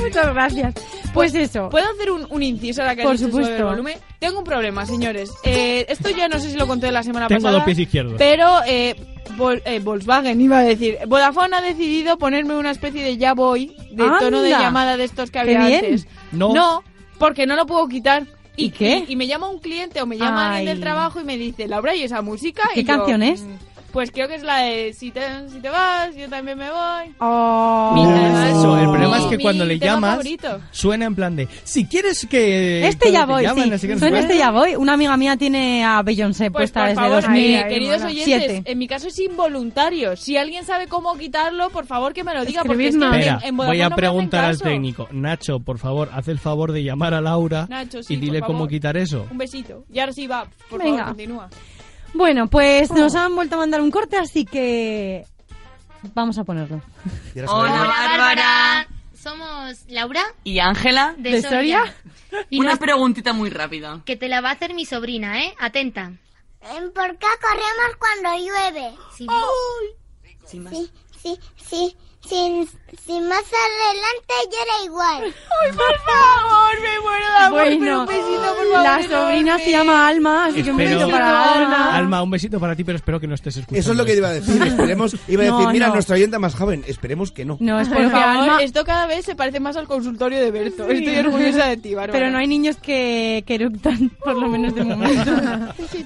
Muchas gracias. Pues eso. ¿Puedo hacer un, un inciso ahora que has Por dicho sobre el supuesto. volumen? Tengo un problema, señores. Eh, esto ya no sé si lo conté la semana Tengo pasada. dos pies izquierdos. Pero eh, Vol- eh, Volkswagen iba a decir. Vodafone ha decidido ponerme una especie de ya voy de tono de Anda. llamada de estos Qué que había bien. antes. No. porque no lo puedo quitar. ¿Y qué? Y, y me llama un cliente o me llama alguien Ay. del trabajo y me dice, Laura, ¿y esa música? ¿Qué Y yo, canción es? Pues creo que es la de si te, si te vas, yo también me voy. Oh. Mira, eso, el problema es que Mi cuando le tema llamas favorito. suena en plan de si quieres que Este ya te voy, llamen, no sí. sé qué, no sé Suena qué. este ya voy. Una amiga mía tiene a Beyoncé Pues puesta por desde favor, 2000. eh, queridos oyentes, Siete. en mi caso es involuntario. Si alguien sabe cómo quitarlo, por favor que me lo diga. Porque es que Escribidnos. en- Espera, Ah, en, Vodafone voy a no me preguntar hacen al caso. técnico. Nacho, por favor, haz el favor de llamar a Laura Nacho, sí, y dile por cómo favor. quitar eso. Un besito. Y ahora sí va, por Venga. favor, continúa. Bueno, pues nos han vuelto a mandar un corte, así que vamos a ponerlo. Bárbara. Somos Laura ¿Y Ángela? de, *laughs* Soria. Y Una nos- preguntita muy rápida. que te la va a hacer mi sobrina, ¿eh? Atenta. ¿Por qué corremos cuando llueve? Sin más. Sí, sí, sí. Sin, sin más adelante yo era igual. *laughs* ¡Ay, por favor! ¡Me muero de Bueno, la sobrina se llama Alma, así que un Espero- besito para Alma. Alma, un besito para ti, pero espero que no estés escuchando. Eso es lo que esto. iba a decir. Esperemos, iba a No, decir, mira, no. nuestra oyenta más joven. Esperemos que no. No, Por espero que favor, Alma... esto cada vez se parece más al consultorio de Berto. Sí. Estoy orgullosa de ti, Bárbara. Pero no hay niños que, que eructan, por lo menos de momento.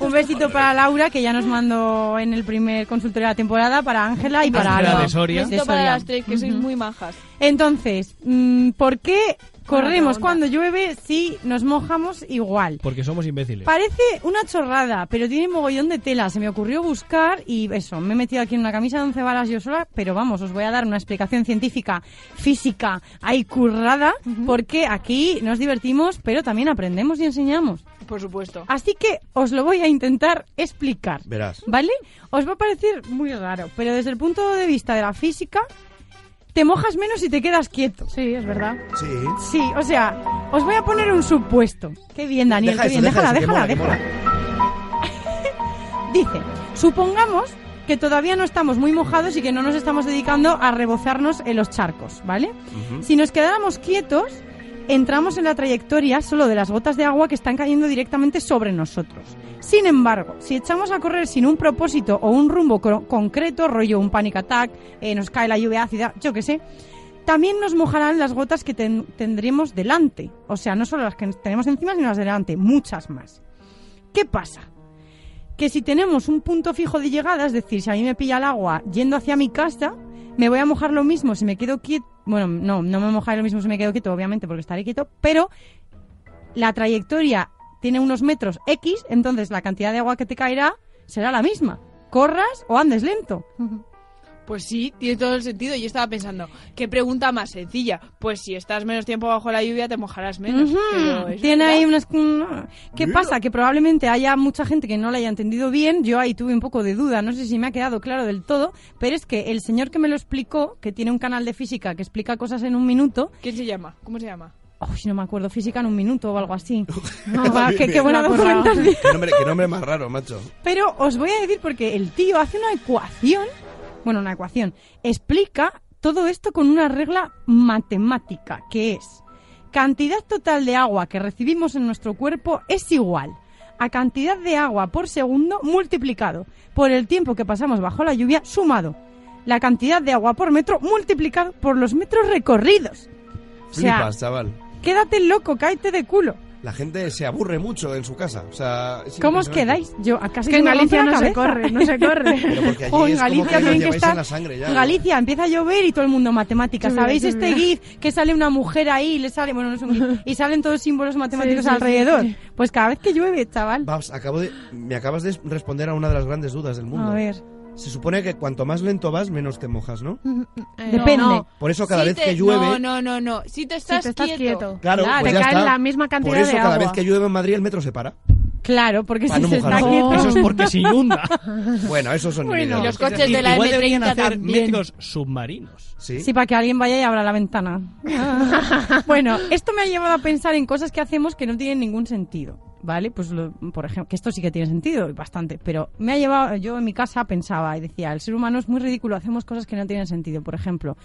*laughs* un besito para Laura, que ya nos mandó en el primer consultorio de la temporada, para Ángela y para Ángela Alma. de Soria. Besito De para Soria. las tres, que sois muy majas. Entonces, mm, ¿por qué corremos pregunta. cuando llueve si nos mojamos igual? Porque somos imbéciles. Parece una chorrada, pero tiene mogollón de tela. Se me ocurrió buscar y eso, me he metido aquí en una camisa de 11 balas yo sola, pero vamos, os voy a dar una explicación científica, física, ahí currada, porque aquí nos divertimos, pero también aprendemos y enseñamos. Por supuesto. Así que os lo voy a intentar explicar. Verás. ¿Vale? Os va a parecer muy raro, pero desde el punto de vista de la física, te mojas menos y te quedas quieto. Sí, es verdad. Sí. Sí, o sea, os voy a poner un supuesto. Qué bien, Daniel, Deja qué eso, bien. deja déjala, eso, déjala, que mola, déjala. Dice, supongamos que todavía no estamos muy mojados y que no nos estamos dedicando a rebozarnos en los charcos, ¿vale? Ujú. Si nos quedáramos quietos, entramos en la trayectoria solo de las gotas de agua que están cayendo directamente sobre nosotros. Sin embargo, si echamos a correr sin un propósito o un rumbo cro- concreto, rollo un panic attack, eh, nos cae la lluvia ácida, yo qué sé, también nos mojarán las gotas que ten- tendremos delante. O sea, no solo las que tenemos encima, sino las de delante, muchas más. ¿Qué pasa? que si tenemos un punto fijo de llegada, es decir, si a mí me pilla el agua yendo hacia mi casa, me voy a mojar lo mismo si me quedo quieto. Bueno, no, no me mojaré lo mismo si me quedo quieto, obviamente, porque estaré quieto, pero la trayectoria tiene unos metros X, entonces la cantidad de agua que te caerá será la misma. Corras o andes lento. Pues sí, tiene todo el sentido. Yo estaba pensando, ¿qué pregunta más sencilla? Pues si estás menos tiempo bajo la lluvia, te mojarás menos. Ujú. pero es Tiene verdad. ahí unas... no. ¿Qué Mira. pasa? Que probablemente haya mucha gente que no la haya entendido bien. Yo ahí tuve un poco de duda, no sé si me ha quedado claro del todo, pero es que el señor que me lo explicó, que tiene un canal de física que explica cosas en un minuto... ¿Quién se llama? ¿Cómo se llama? Uy, no me acuerdo, física en un minuto o algo *laughs* así. Bien, Va, qué, bien. qué buena documentación. Qué nombre, qué nombre más raro, macho. Pero os voy a decir porque el tío hace una ecuación, bueno, una ecuación, explica todo esto con una regla matemática, que es cantidad total de agua que recibimos en nuestro cuerpo es igual a cantidad de agua por segundo multiplicado por el tiempo que pasamos bajo la lluvia sumado la cantidad de agua por metro multiplicado por los metros recorridos. O sea, Flipas, chaval. quédate loco, cáete de culo. La gente se aburre mucho en su casa. O sea, es ¿Cómo os impresionante. quedáis? Yo a casi Es que en me rompo Galicia la no se cabeza. corre, no *laughs* se corre. Pero porque allí O en es como Galicia que lo tienen que lleváis estar. en la sangre ya. Galicia empieza a llover y todo el mundo matemáticas. Lluvia, ¿Sabéis lluvia. este gif que sale una mujer ahí y le sale, bueno, no es un gif, y salen todos símbolos matemáticos sí, sí, alrededor? sí. Pues cada vez que llueve, chaval. Babs, acabo de, me acabas de responder a una de las grandes dudas del mundo. A ver. Eh, Se supone que cuanto más lento vas, menos te mojas, ¿no? Eh, Depende. Por eso cada Si vez te- que llueve- No, no, no, no. Si te estás, estás quieto. quieto. Claro, Claro. pues Te ya cae está. la misma cantidad Por eso de cada agua. vez que llueve en Madrid el metro se *laughs* para. Claro, porque Para si no se está mojarse. quieto. Eso es porque se inunda. Bueno, esos son Bueno, niveles. los coches de la Igual M30 deberían hacer también. métodos submarinos. Sí. Sí, para que alguien vaya y abra la *laughs* ventana. bueno, esto me ha llevado a pensar en cosas que hacemos que no tienen ningún sentido. ¿Vale? Pues, lo- por ejemplo, que esto sí que tiene sentido, bastante, pero me ha llevado, yo en mi casa pensaba y decía, el ser humano es muy ridículo, hacemos cosas que no tienen sentido. Por ejemplo,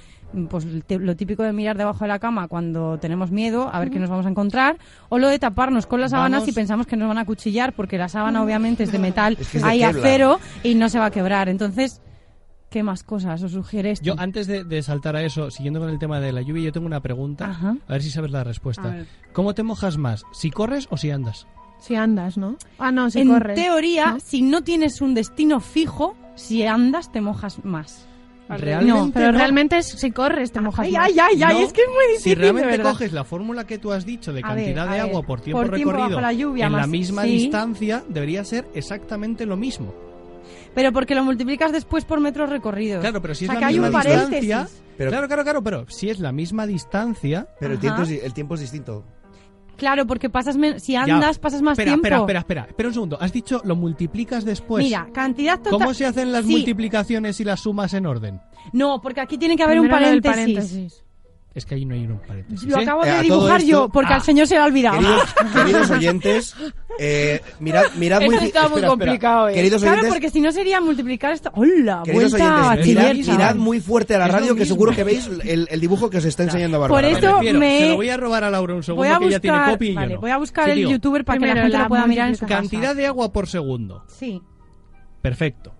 pues el te- lo típico de mirar debajo de la cama cuando tenemos miedo, a ver qué nos vamos a encontrar, o lo de taparnos con las sábanas Vamos. y pensamos que nos van a cuchillar, porque la sábana obviamente es de metal, *laughs* Es que es de hay Kevlar. acero y no se va a quebrar. Entonces, ¿qué más cosas os sugiere esto? Yo, antes de, de saltar a eso, siguiendo con el tema de la lluvia, yo tengo una pregunta. Ajá. A ver si sabes la A respuesta. ver. ¿Cómo te mojas más? ¿Si corres o si andas? Si andas, ¿no? Ah, no, si en corres. teoría, ¿no? si no tienes un destino fijo, si andas te mojas más. Realmente No, pero no. realmente es- si corres te mojas Ay, más. ay, ay, ay, No, es que es muy difícil. Si realmente de verdad. coges la fórmula que tú has dicho de A ver, cantidad a de ver. agua por tiempo Por tiempo recorrido bajo la lluvia en la más- misma sí. distancia, debería ser exactamente lo mismo. Pero porque lo multiplicas después por metros recorridos. Claro, pero si O es sea, la que hay misma un paréntesis. distancia... Pero- Claro, claro, claro, pero si es la misma distancia... Pero el tiempo, es, Ajá. di- el tiempo es distinto. Claro, porque pasas men- si andas Ya. pasas más espera, tiempo. Espera, espera, espera, espera un segundo. Has dicho lo multiplicas después. Mira, cantidad total. ¿Cómo se hacen las Sí. multiplicaciones y las sumas en orden? No, porque aquí tiene que haber un Primero lo del paréntesis. paréntesis. Es que ahí no hay un paréntesis. Lo ¿eh? acabo Eh, a de todo dibujar esto- yo, porque Ah. al señor se le ha olvidado. Queridos, queridos oyentes, eh, mirad, mirad Eso muy ci- está muy espera, espera. complicado, eh. Queridos claro, oyentes, porque si no sería multiplicar esto. ¡Hola! queridos Vuelta oyentes, a mirad, bachiller, mirad chaval. muy fuerte a la Es lo radio que mismo. seguro que veis el, el dibujo que os está enseñando Bárbara. Por Me eso refiero, me- Se lo voy a robar a Laura un segundo Voy a que ella tiene buscar- copy y yo vale, no. voy a buscar Sí, el tío, youtuber para que la Primero gente la lo pueda mirar en su casa. Cantidad de agua por segundo. Sí. Perfecto.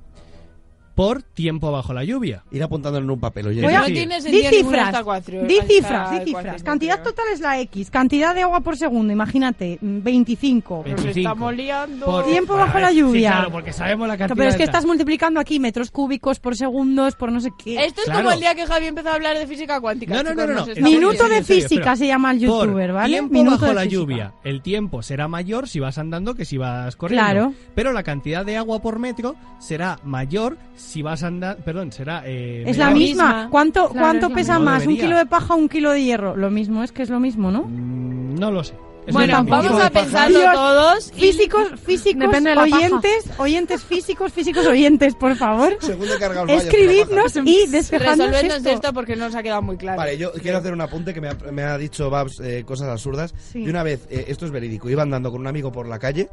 Por tiempo bajo la lluvia. Ir apuntándolo en un papel, oye. Voy No a- Sí. tiene Di sentido ninguno cifras, hasta cuatro. di hasta cifras, di cuatro, cifras. no Cantidad creo. total es la X. Cantidad de agua por segundo, imagínate, mm, 25. Ve- Nos 25. estamos liando. Por- Tiempo Bueno, bajo a la ver, lluvia. Sí, claro, porque sabemos la cantidad. Pero es que de tal. estás multiplicando aquí metros cúbicos por segundos, por no sé qué. Esto es Claro. como el día que Javi empezó a hablar de física cuántica. No, no, chicos, no, no, nos no. estamos Minuto liando. de en serio, física espera. se llama el Por youtuber, ¿vale? Tiempo Minuto bajo de la física. lluvia. El tiempo será mayor si vas andando que si vas corriendo. Claro. Pero la cantidad de agua por metro será mayor si vas andando. Perdón, será. eh, Es la menor. misma. misma. ¿Cuánto, Claro, cuánto es la pesa misma. más? ¿Un Debería. kilo de paja o un kilo de hierro? Lo mismo, es que es lo mismo, ¿no? Mm, No lo sé. Es Bueno, una vamos mierda. a pensarlo Dios, todos. y- Físicos, físicos, Depende de la paja. oyentes, oyentes físicos, físicos, oyentes, por favor. Segundo cargado al Escribidnos y despejadnos Resolvednos esto. esto. porque no nos ha quedado muy claro. Vale, yo quiero hacer un apunte que me ha, me ha dicho Babs eh, cosas absurdas. Sí. Y una vez, eh, esto es verídico, iba andando con un amigo por la calle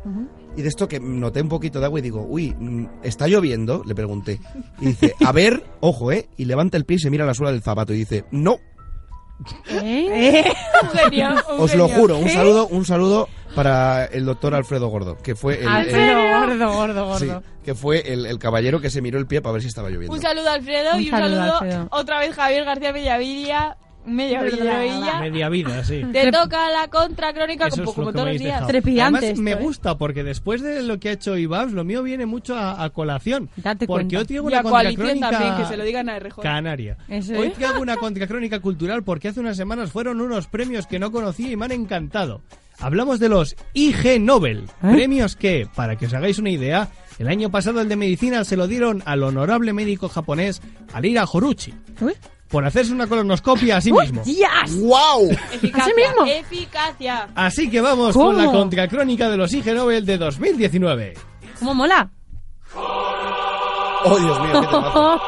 y de esto que noté un poquito de agua y digo, uy, mm, ¿está lloviendo? Le pregunté. Y dice, a ver, ojo, ¿eh? Y levanta el pie y se mira la suela del zapato y dice, no, ¿Eh? Un genio, *laughs* un os lo genio. juro. Un ¿Eh? saludo, un saludo para el doctor Alfredo Gordo, que fue el, el- Alfredo, gordo, gordo, sí, gordo. que fue el, el caballero que se miró el pie para ver si estaba lloviendo. Un saludo a Alfredo Un y un saludo, saludo Alfredo. otra vez Javier García Bellavilla. Bellavilla. Media *laughs* vida, sí. Te toca la contra crónica Eso es como, lo como que me todos los habéis días. dejado. Además, me ¿eh? gusta porque después de lo que ha hecho Ibabs, lo mío viene mucho a, a colación. porque cuenta. hoy tengo Y una a coalición contracrónica también, que se lo digan a RJ. Canaria. Eso Hoy es. te hago una contracrónica cultural porque hace unas semanas fueron unos premios que no conocía y me han encantado. Hablamos de los IG Nobel, premios que, para que os hagáis una idea, el año pasado el de medicina se lo dieron al honorable médico japonés Alira Horuchi. Por hacerse una colonoscopia a sí mismo. ¡Wow! Eficacia. ¿Así mismo? Eficacia. Así que vamos ¿Cómo? con la contracrónica de los IG Nobel de 2019. ¿Cómo mola? ¡Oh, Dios mío! Qué temazo.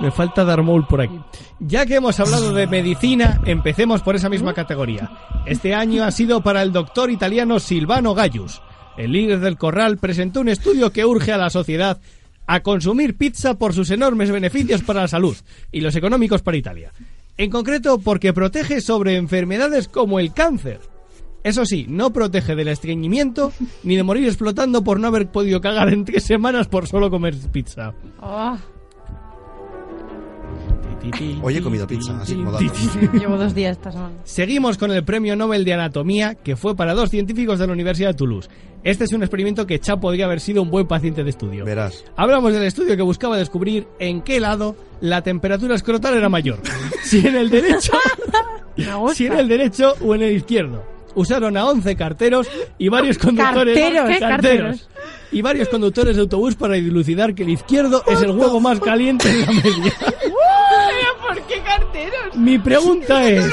Me falta Darmoul por aquí. Ya que hemos hablado de medicina, empecemos por esa misma categoría. Este año ha sido para el doctor italiano Silvano Gallus. El líder del corral presentó un estudio que urge a la sociedad a consumir pizza por sus enormes beneficios para la salud y los económicos para Italia. En concreto, porque protege sobre enfermedades como el cáncer. Eso sí, no protege del estreñimiento ni de morir explotando por no haber podido cagar en tres semanas por solo comer pizza. Oh, Hoy he comido pizza, así como dato. Llevo dos días esta semana. Seguimos con el premio Nobel de Anatomía, que fue para dos científicos de la Universidad de Toulouse. Este es un experimento que Cha podría haber sido un buen paciente de estudio. Verás. Hablamos del estudio que buscaba descubrir en qué lado la temperatura escrotal era mayor. *laughs* Si en *laughs* el derecho, *laughs* si en el derecho o en el izquierdo. Usaron a 11 carteros y varios conductores Carteros, ¿qué carteros? y varios conductores de autobús para dilucidar que el izquierdo es el huevo más caliente de la media. ¿Por qué carteros? Mi pregunta es,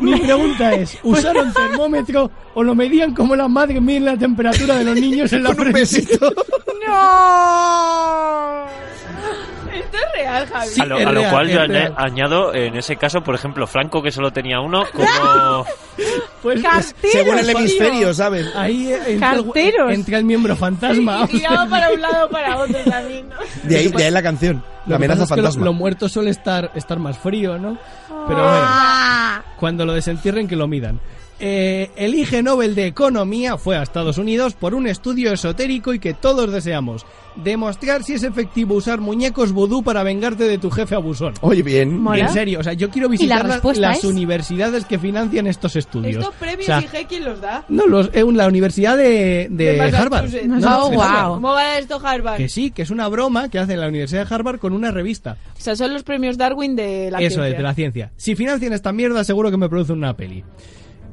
mi pregunta es, ¿usaron termómetro o lo medían como la madre mide la temperatura de los niños en *laughs* la Con un frente? besito. ¡No! Esto es real, Javi. Sí, a, lo, es a lo real, cual es yo real. aña- añado, en ese caso, por ejemplo, Franco, que solo tenía *laughs* uno, como... Pues Carteros, Según el tío. hemisferio, ¿sabes? ahí entra el, Carteros. entra el miembro fantasma. Y girado para un lado para otro también. ¿no? De ahí, de ahí la canción. Lo que La amenaza pasa es que lo- fantasma. lo, muerto suele estar, estar más frío, ¿no? Pero bueno. Ah. Ah. cuando lo desentierren que lo midan. Eh, el IG Nobel de Economía fue a Estados Unidos por un estudio esotérico y que todos deseamos. Demostrar si es efectivo usar muñecos vudú para vengarte de tu jefe abusón. Oye, bien. Mola. En serio, o sea, yo quiero visitar las- respuesta las es? universidades que financian estos estudios. Estos premios O sea, IG, ¿quién los da? no, los, eh, la Universidad de, de De Harvard. Massachusetts. No, Oh, de wow. Harvard. ¿Cómo va esto, Harvard? Que sí, que es una broma que hace la Universidad de Harvard con una revista. O sea, son los premios Darwin de la Eso ciencia. es, de la ciencia. Si financian esta mierda, seguro que me producen una peli.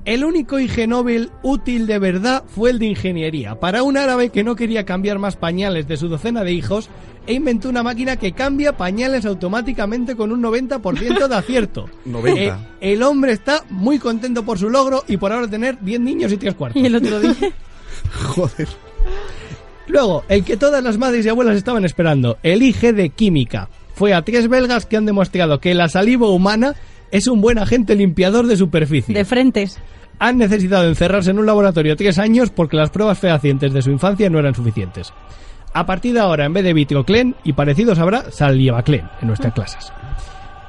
El único IG Nobel útil de verdad fue el de ingeniería, para un árabe que no quería cambiar más pañales de su docena de hijos e inventó una máquina que cambia pañales automáticamente con un 90% de acierto. 90. Eh, el hombre está muy contento por su logro y por ahora tener 10 niños y 3 cuartos. Y el otro *laughs* día. Joder. Luego, el que todas las madres y abuelas estaban esperando, el IG de química. Fue a tres belgas que han demostrado que la saliva humana es un buen agente limpiador de superficie. De frentes. han necesitado encerrarse en un laboratorio tres años porque las pruebas fehacientes de su infancia no eran suficientes. A partir de ahora, en vez de vitroclen y parecidos habrá salivaclen en nuestras clases.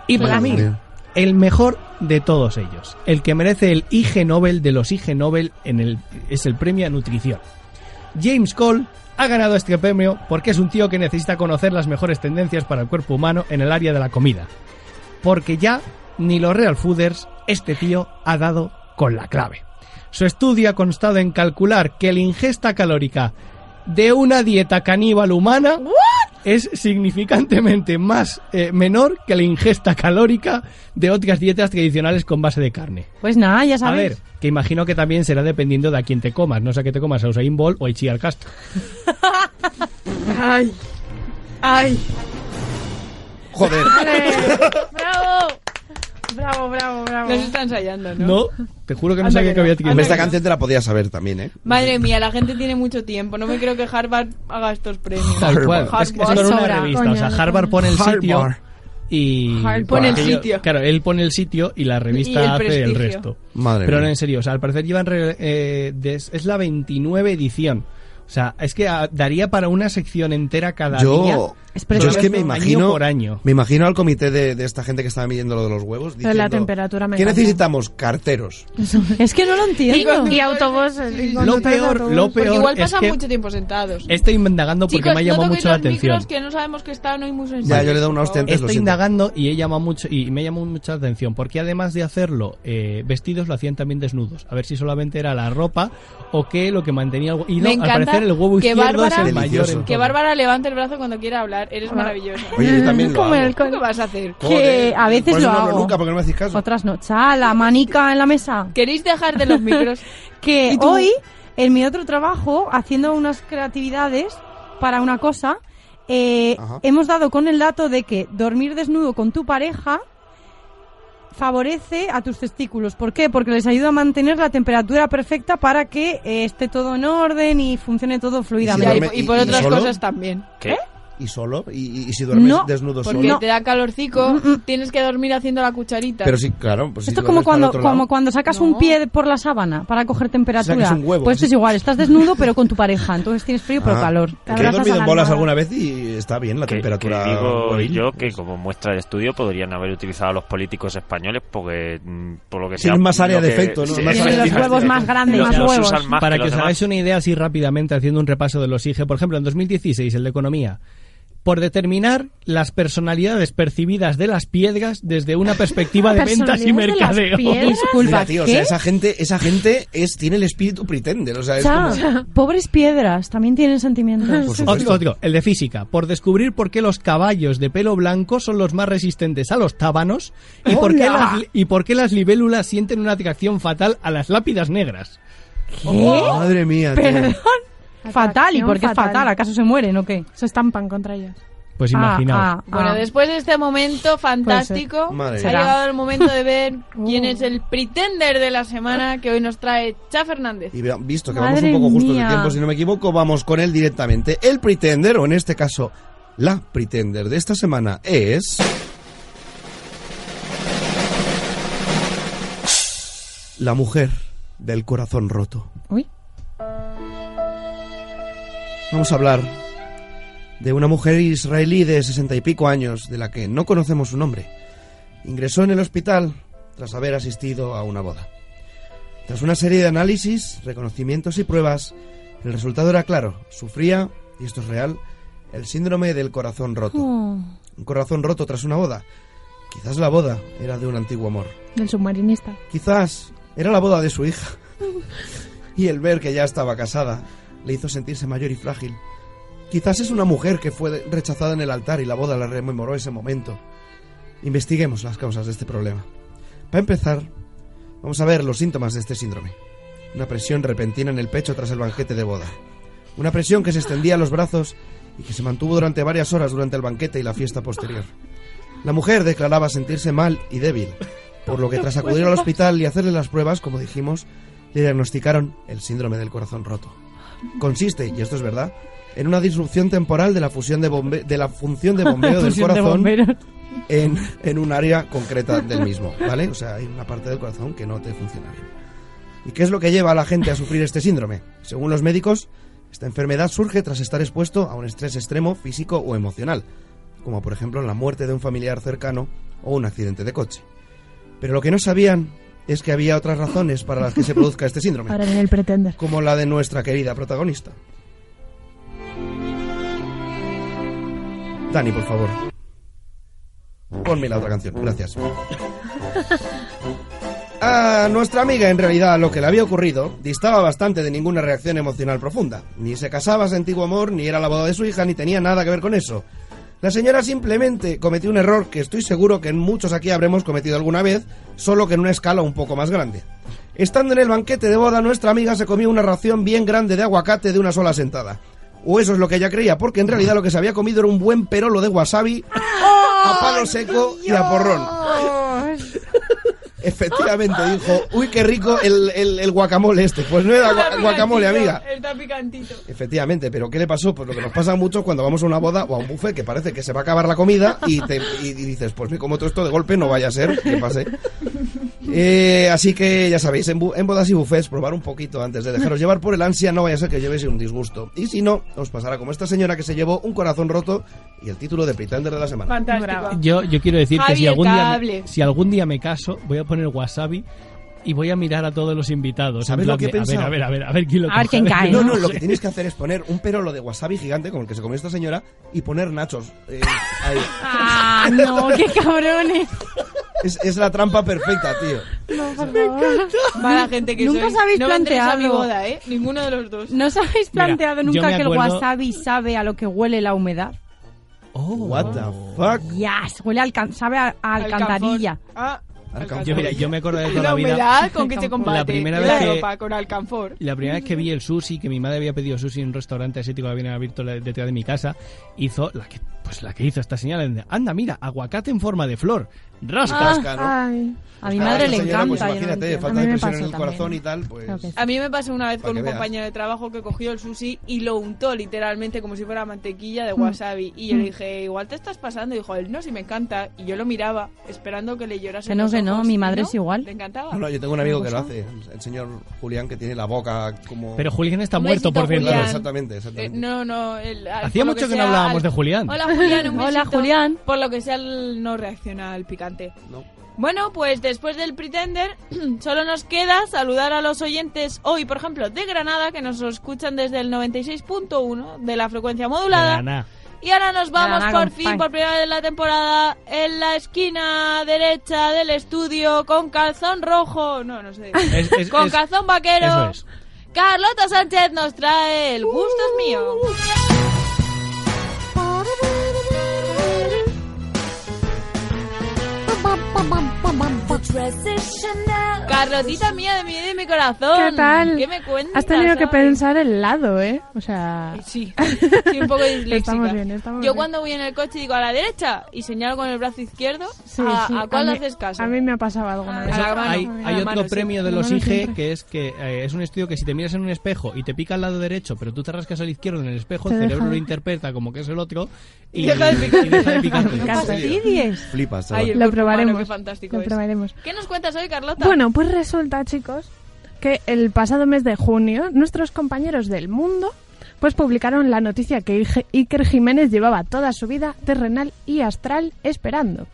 Y para Madre mí, mía. el mejor de todos ellos, el que merece el IG Nobel de los IG Nobel en el, es el premio a nutrición. James Cole ha ganado este premio porque es un tío que necesita conocer las mejores tendencias para el cuerpo humano en el área de la comida. Porque ya ni los Real Fooders, este tío ha dado con la clave. Su estudio ha constado en calcular que la ingesta calórica de una dieta caníbal humana es significantemente más eh, menor que la ingesta calórica de otras dietas tradicionales con base de carne. Pues nada, ya A sabes. ver, que imagino que también será dependiendo de a quién te comas, no sé a qué te comas, a Usain Bolt o a Itziar Castro. Ay. Ay. Joder. Vale. ¡Bravo! Bravo, bravo, bravo. Nos está ensayando, ¿no? te juro que no Anda sabía que que no, había tiquitita. anda Esta que no. canción te la podías saber también, ¿eh? Madre mía, la gente tiene mucho tiempo. No me creo que Harvard haga estos premios. Tal cual. Es, que es Harvard. con una revista. o sea, Harvard pone el sitio y. Harvard pone el aquello- sitio. Claro, él pone el sitio y la revista Y el hace el prestigio. resto. Madre Pero mía. no, en serio. O sea, al parecer llevan. re- eh, des- es la 29 edición. O sea, es que ah, daría para una sección entera cada día. Yo, yo es que me Año imagino, por año. me imagino al comité de, de esta gente que estaba midiendo lo de los huevos. Pero la diciendo, temperatura me ¿Qué encanta. necesitamos? Carteros. Es que no lo entiendo. Y, y autobuses. y Lo conductores de peor, autobús. lo Porque peor igual es pasan que- mucho tiempo sentados. Estoy indagando porque Chicos, me ha no llamado toquéis mucho la los atención. micros que no sabemos que están hoy muy sensibles. Ya, yo le he dado una por favor. ostenta. Entonces, lo Estoy siento. indagando y he llamado mucho y me llamó mucha atención porque además de hacerlo eh, vestidos lo hacían también desnudos. A ver si solamente era la ropa o que lo que mantenía el huevo. Y no, Me al encanta parecer el huevo que izquierdo Bárbara, es el mayor. en que todo. Bárbara levante el brazo cuando quiera hablar. Eres maravillosa. Oye, yo también lo ¿Cómo hago. el con- ¿Qué vas a hacer? Que a veces lo Por eso Pues no hablo hago. nunca porque no me hacéis caso. Otras no. Chala, manica en la mesa. ¿Queréis *laughs* dejar de los micros? que ¿Y tú? hoy, en mi otro trabajo, haciendo unas creatividades para una cosa, eh, Ajá. hemos dado con el dato de que dormir desnudo con tu pareja favorece a tus testículos. ¿Por qué? Porque les ayuda a mantener la temperatura perfecta para que eh, esté todo en orden y funcione todo Ya, y, fluidamente. por- y por otras cosas también. ¿Qué? ¿Y solo? ¿Y, y- y si duermes No, desnudo solo? Mm, Porque te da calorcico, tienes que dormir haciendo la cucharita. Pero sí, claro. Pues si Esto es como duermes para el cuando, otro lado. como cuando sacas un pie por la sábana para coger temperatura. Sacas un huevo, pues esto sí. es igual, estás desnudo pero con tu pareja, entonces tienes frío pero Ah, calor. que He dormido en bolas alguna vez y está bien la temperatura. Que digo huevil. yo que como muestra de estudio podrían haber utilizado a los políticos españoles porque mm, por lo que sea Tienen más área lo que- de efecto, ¿no? Más Tienen los huevos más grandes, Los- más los huevos. usan más Para que, los os demás. hagáis una idea así rápidamente haciendo un repaso de los IG, por ejemplo, en 2016 el de economía. Por determinar las personalidades percibidas de las piedras desde una *laughs* perspectiva de ventas y ¿Personalidades de las mercadeo. piedras? *laughs* Disculpa, Mira, tío, o sea, ¿qué? esa gente, esa gente es, tiene el espíritu pretender. O sea, es Cha, como- pobres piedras, también tienen sentimientos. Por supuesto. Otro, otro, el de física, por descubrir por qué los caballos de pelo blanco son los más resistentes a los tábanos y por, qué ¡Hola! las, y por qué las libélulas sienten una atracción fatal a las lápidas negras. Oh, Madre mía, tío. Perdón. Fatal, ¿y Atracción por qué es fatal? fatal. ¿Acaso se mueren o qué? Se estampan contra ellas. Pues Ah, imaginaos. ah, Bueno, ah. después de este momento fantástico, Madre ha mía. llegado el momento *laughs* de ver quién es el pretender de la semana que hoy nos trae Cha Fernández. Y vea- visto que Madre vamos un poco justo de mía. tiempo, si no me equivoco, vamos con él directamente. El pretender, o en este caso, la pretender de esta semana es. La mujer del corazón roto. Uy. Vamos a hablar de una mujer israelí de sesenta y pico años, de la que no conocemos su nombre. Ingresó en el hospital tras haber asistido a una boda. Tras una serie de análisis, reconocimientos y pruebas, el resultado era claro. Sufría, y esto es real, el síndrome del corazón roto. Oh, Un corazón roto tras una boda. Quizás la boda era de un antiguo amor. del submarinista. Quizás era la boda de su hija. Y el ver que ya estaba casada le hizo sentirse mayor y frágil. Quizás es una mujer que fue rechazada en el altar y la boda le rememoró ese momento. Investiguemos las causas de este problema. Para empezar, vamos a ver los síntomas de este síndrome. Una presión repentina en el pecho tras el banquete de boda. Una presión que se extendía a los brazos y que se mantuvo durante varias horas durante el banquete y la fiesta posterior. La mujer declaraba sentirse mal y débil, por lo que tras acudir al hospital y hacerle las pruebas, como dijimos, le diagnosticaron el síndrome del corazón roto. Consiste, y esto es verdad, en una disrupción temporal de la, fusión de, bombe- de la función *laughs* de bombeo del Fusión de corazón bomberos. en, en un área concreta del mismo, ¿vale? O sea, hay una parte del corazón que no te funciona bien. ¿Y qué es lo que lleva a la gente a sufrir este síndrome? Según los médicos, esta enfermedad surge tras estar expuesto a un estrés extremo físico o emocional, como por ejemplo la muerte de un familiar cercano o un accidente de coche. Pero lo que no sabían es que había otras razones para las que se produzca este síndrome Ahora en el pretender. como la de nuestra querida protagonista. Dani, por favor. Ponme la otra canción, gracias. A nuestra amiga, en realidad, lo que le había ocurrido distaba bastante de ninguna reacción emocional profunda. Ni se casaba ese antiguo amor, ni era la boda de su hija, ni tenía nada que ver con eso. La señora simplemente cometió un error que estoy seguro que muchos aquí habremos cometido alguna vez, solo que en una escala un poco más grande. Estando en el banquete de boda, nuestra amiga se comió una ración bien grande de aguacate de una sola sentada. O eso es lo que ella creía, porque en realidad lo que se había comido era un buen perolo de wasabi a palo seco y a porrón. Efectivamente, dijo, uy, qué rico el, el- el guacamole este. Pues no era gua- guacamole, amiga. Está picantito. Efectivamente, pero ¿qué le pasó? Pues lo que nos pasa mucho cuando vamos a una boda o a un buffet que parece que se va a acabar la comida y, te, y- y dices, pues me como todo esto de golpe, no vaya a ser que pase. Eh, así que ya sabéis, en, bu- en bodas y buffets, probar un poquito antes de dejaros llevar por el ansia, no vaya a ser que llevéis un disgusto. Y si no, os pasará como esta señora que se llevó un corazón roto y el título de Pretender de la semana. Fantástico. Yo, yo quiero decir que Javi, si el algún, día cable. me, si algún día me caso, voy a poner wasabi y voy a mirar a todos los invitados. ¿Sabes en lo plan que he de, a ver, pensado? a ver, a ver, a ver quién lo coge, a No, no, lo que tienes que hacer es poner un perolo de wasabi gigante como el que se comió esta señora y poner nachos. eh, ahí. Ah, no, qué cabrones. Es, es la trampa perfecta, tío. No, por favor. Mala gente que Nunca sois. os habéis no vendréis planteado. a mi boda, ¿eh? Ninguno de los dos. ¿No os habéis Mira, planteado yo nunca me que el acuerdo- wasabi sabe a lo que huele la humedad? Oh. What the fuck? Yes, huele a alcan- sabe a, a alcantarilla. Ah, Yo, mira, yo me acuerdo de toda la, la vida. humedad Ah, con que se combate. La primera la vez que, ropa con alcanfor. La primera vez que vi el sushi, que mi madre había pedido sushi en un restaurante asiático que habían abierto la- detrás de mi casa, hizo la que, pues la que hizo esta señal. de, Anda, mira, aguacate en forma de flor. Rasca. Rasca, ¿no? Ay. A mi Claro, madre esta le señora, encanta. pues yo no imagínate, entiendo. falta A de mí me presión en pasó el corazón y tal, pues- Creo que sí. A mí me pasó una vez Para con que un veas. compañero de trabajo que cogió el sushi y lo untó literalmente como si fuera mantequilla de wasabi. Y yo le dije, igual te estás pasando. Y dijo, él no, si me encanta. Y yo lo miraba, esperando que le llorase. Que no, los que no, ojos. mi madre ¿Y no? es igual. Le encantaba. No, no, yo tengo un amigo que lo hace, el señor Julián, que tiene la boca como... Pero Julián está Un muerto, besito, por cierto. Claro, Julián. exactamente, Eh, exactamente. no, no. el- al- Hacía por lo mucho que no sea, hablábamos de Julián. Hola, Julián. *laughs* un Hola, besito. Julián. Por lo que sea, él no reacciona al picante. No. Bueno, pues después del Pretender, *clears throat* solo nos queda saludar a los oyentes hoy, por ejemplo, de Granada, que nos escuchan desde el 96.1 de la frecuencia modulada. Granada. Y ahora nos vamos Granada por con fin, pan. por primera vez en la temporada, en la esquina derecha del estudio, con calzón rojo. No, no sé. *laughs* Es- es- con es- calzón vaquero. eso es. Carlota Sánchez nos trae el gusto es mío. Carlotita mía de mi, de mi corazón. ¿Qué tal? ¿Qué me cuentas? Has tenido que hoy? pensar el lado, ¿eh? O sea... *laughs* Sí, soy un poco disléxica. Estamos bien, estamos Yo bien. cuando voy en el coche digo a la derecha y señalo con el brazo izquierdo, ¿a, sí, a cuál mí- haces caso? A mí me ha pasado alguna vez. Eso A la mano. Ah, Hay, A la hay otro mano, sí. premio de A la los mano IG siempre. que es que eh, es un estudio que si te miras en un espejo y te pica al lado derecho, pero tú te rascas al izquierdo en el espejo, el Te cerebro deja. lo interpreta como que es el otro *laughs* y, Y deja de picarte. y deja de picarte. Me fastidies. Flipas, Ay, el Lo cuerpo humano, probaremos, qué fantástico lo es. probaremos. ¿Qué nos cuentas hoy, Carlota? Bueno, pues resulta, chicos, que el pasado mes de junio nuestros compañeros del mundo pues publicaron la noticia que Ige- Iker Jiménez llevaba toda su vida terrenal y astral esperando.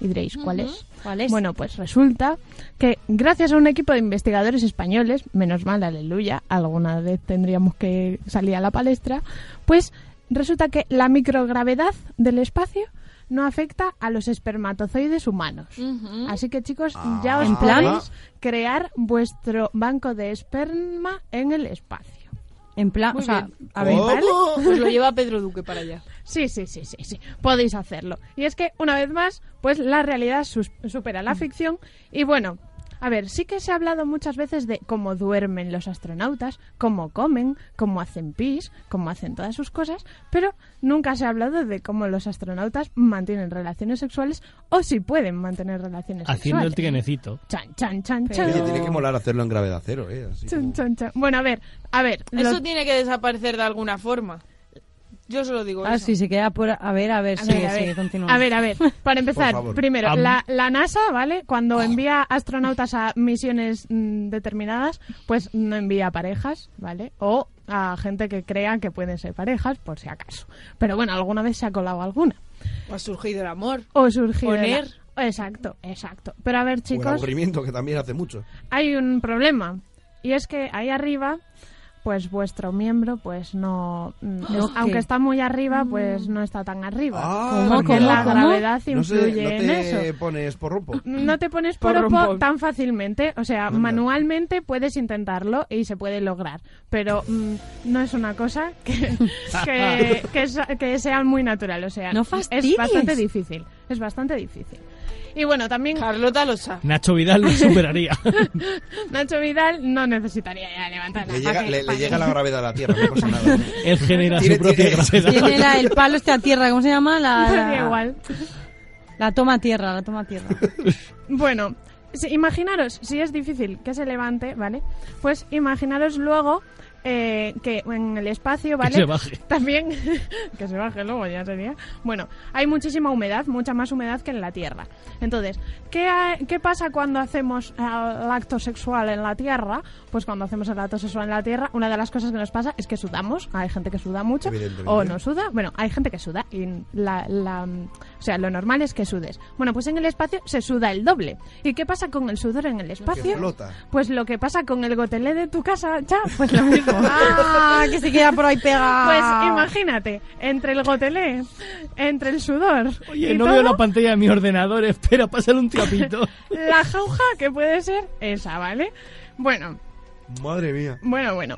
Y diréis, ¿cuál es? ¿Cuál es? Bueno, pues resulta que gracias a un equipo de investigadores españoles, menos mal, aleluya, alguna vez tendríamos que salir a la palestra, pues resulta que la microgravedad del espacio no afecta a los espermatozoides humanos. Así que chicos, ya os Ah. ¿En plan? podéis crear vuestro banco de esperma en el espacio. En plan, Muy o sea, bien. a ver, ¿vale? Pues lo lleva Pedro Duque para allá. Sí, sí, sí, sí, sí. Podéis hacerlo. Y es que, una vez más, pues la realidad sus- supera la ficción. Y bueno, a ver, sí que se ha hablado muchas veces de cómo duermen los astronautas, cómo comen, cómo hacen pis, cómo hacen todas sus cosas, pero nunca se ha hablado de cómo los astronautas mantienen relaciones sexuales o si pueden mantener relaciones Haciendo el sexuales. tienecito. Chan, chan, chan, chan. Oye, tiene que molar hacerlo en gravedad cero, ¿eh? Así Chan, como- chan, chan. Bueno, a ver, a ver. Eso los- tiene que desaparecer de alguna forma. Yo solo digo Ah, eso. sí, se queda por... A ver, a ver, A sí, ver, a sí, ver. continúa. A ver, a ver, para empezar, Por favor. primero, Am. la, la NASA, ¿vale? Cuando envía astronautas a misiones mm, determinadas, pues no envía parejas, ¿vale? O a gente que crea que pueden ser parejas, por si acaso. Pero bueno, alguna vez se ha colado alguna. O ha surgido el amor. O surgido... Poner. la- Exacto, exacto. Pero a ver, O el chicos, aburrimiento, que también hace mucho. hay un problema. Y es que ahí arriba, pues vuestro miembro, pues no... mm, ¿No qué? es- aunque está muy arriba, pues no está tan arriba. Ah, Porque ¿verdad? la gravedad influye No, sé, no en eso. te pones por rompo. No te pones Por poropo rompón. tan fácilmente. O sea, manualmente puedes intentarlo y se puede lograr. Pero mm, no es una cosa *laughs* que, que, que sa- que sea muy natural. O sea, No es fastidies. bastante difícil. Es bastante difícil. Y bueno, también Carlota lo sabe. Nacho Vidal lo superaría. *laughs* Nacho Vidal no necesitaría ya levantar la Le llega, ¿pa' qué? le- le ¿Pa' qué? llega la gravedad a la Tierra, no pasa nada. Él genera Tiene- su propia tiene- *laughs* gravedad. Tiene la- el palo este a tierra, ¿cómo se llama? La, Me la- da igual. la toma a tierra, la toma a tierra. *laughs* Bueno, si- imaginaros, si es difícil que se levante, ¿vale? Pues imaginaros luego eh, que en el espacio, ¿vale? se baje. *laughs* También, que se baje luego, ya sería. Bueno, hay muchísima humedad, mucha más humedad que en la Tierra. Entonces, ¿qué, ha- qué pasa cuando hacemos eh, el acto sexual en la Tierra? Pues cuando hacemos el acto sexual en la Tierra, una de las cosas que nos pasa es que sudamos. Hay gente que suda mucho Evidentemente. o no suda. Bueno, hay gente que suda y la, la- o sea, lo normal es que sudes. Bueno, pues en el espacio se suda el doble. ¿Y qué pasa con el sudor en el espacio? flota. Pues lo que pasa con el gotelé de tu casa, ya, pues lo mismo. *laughs* Ah, que se queda por ahí pegado. Pues imagínate, entre el gotelé, entre el sudor Oye, y no todo, veo la pantalla de mi ordenador, espera, pásale un trapito. la jauja que puede ser esa, ¿vale? Bueno, Madre mía. Bueno, bueno.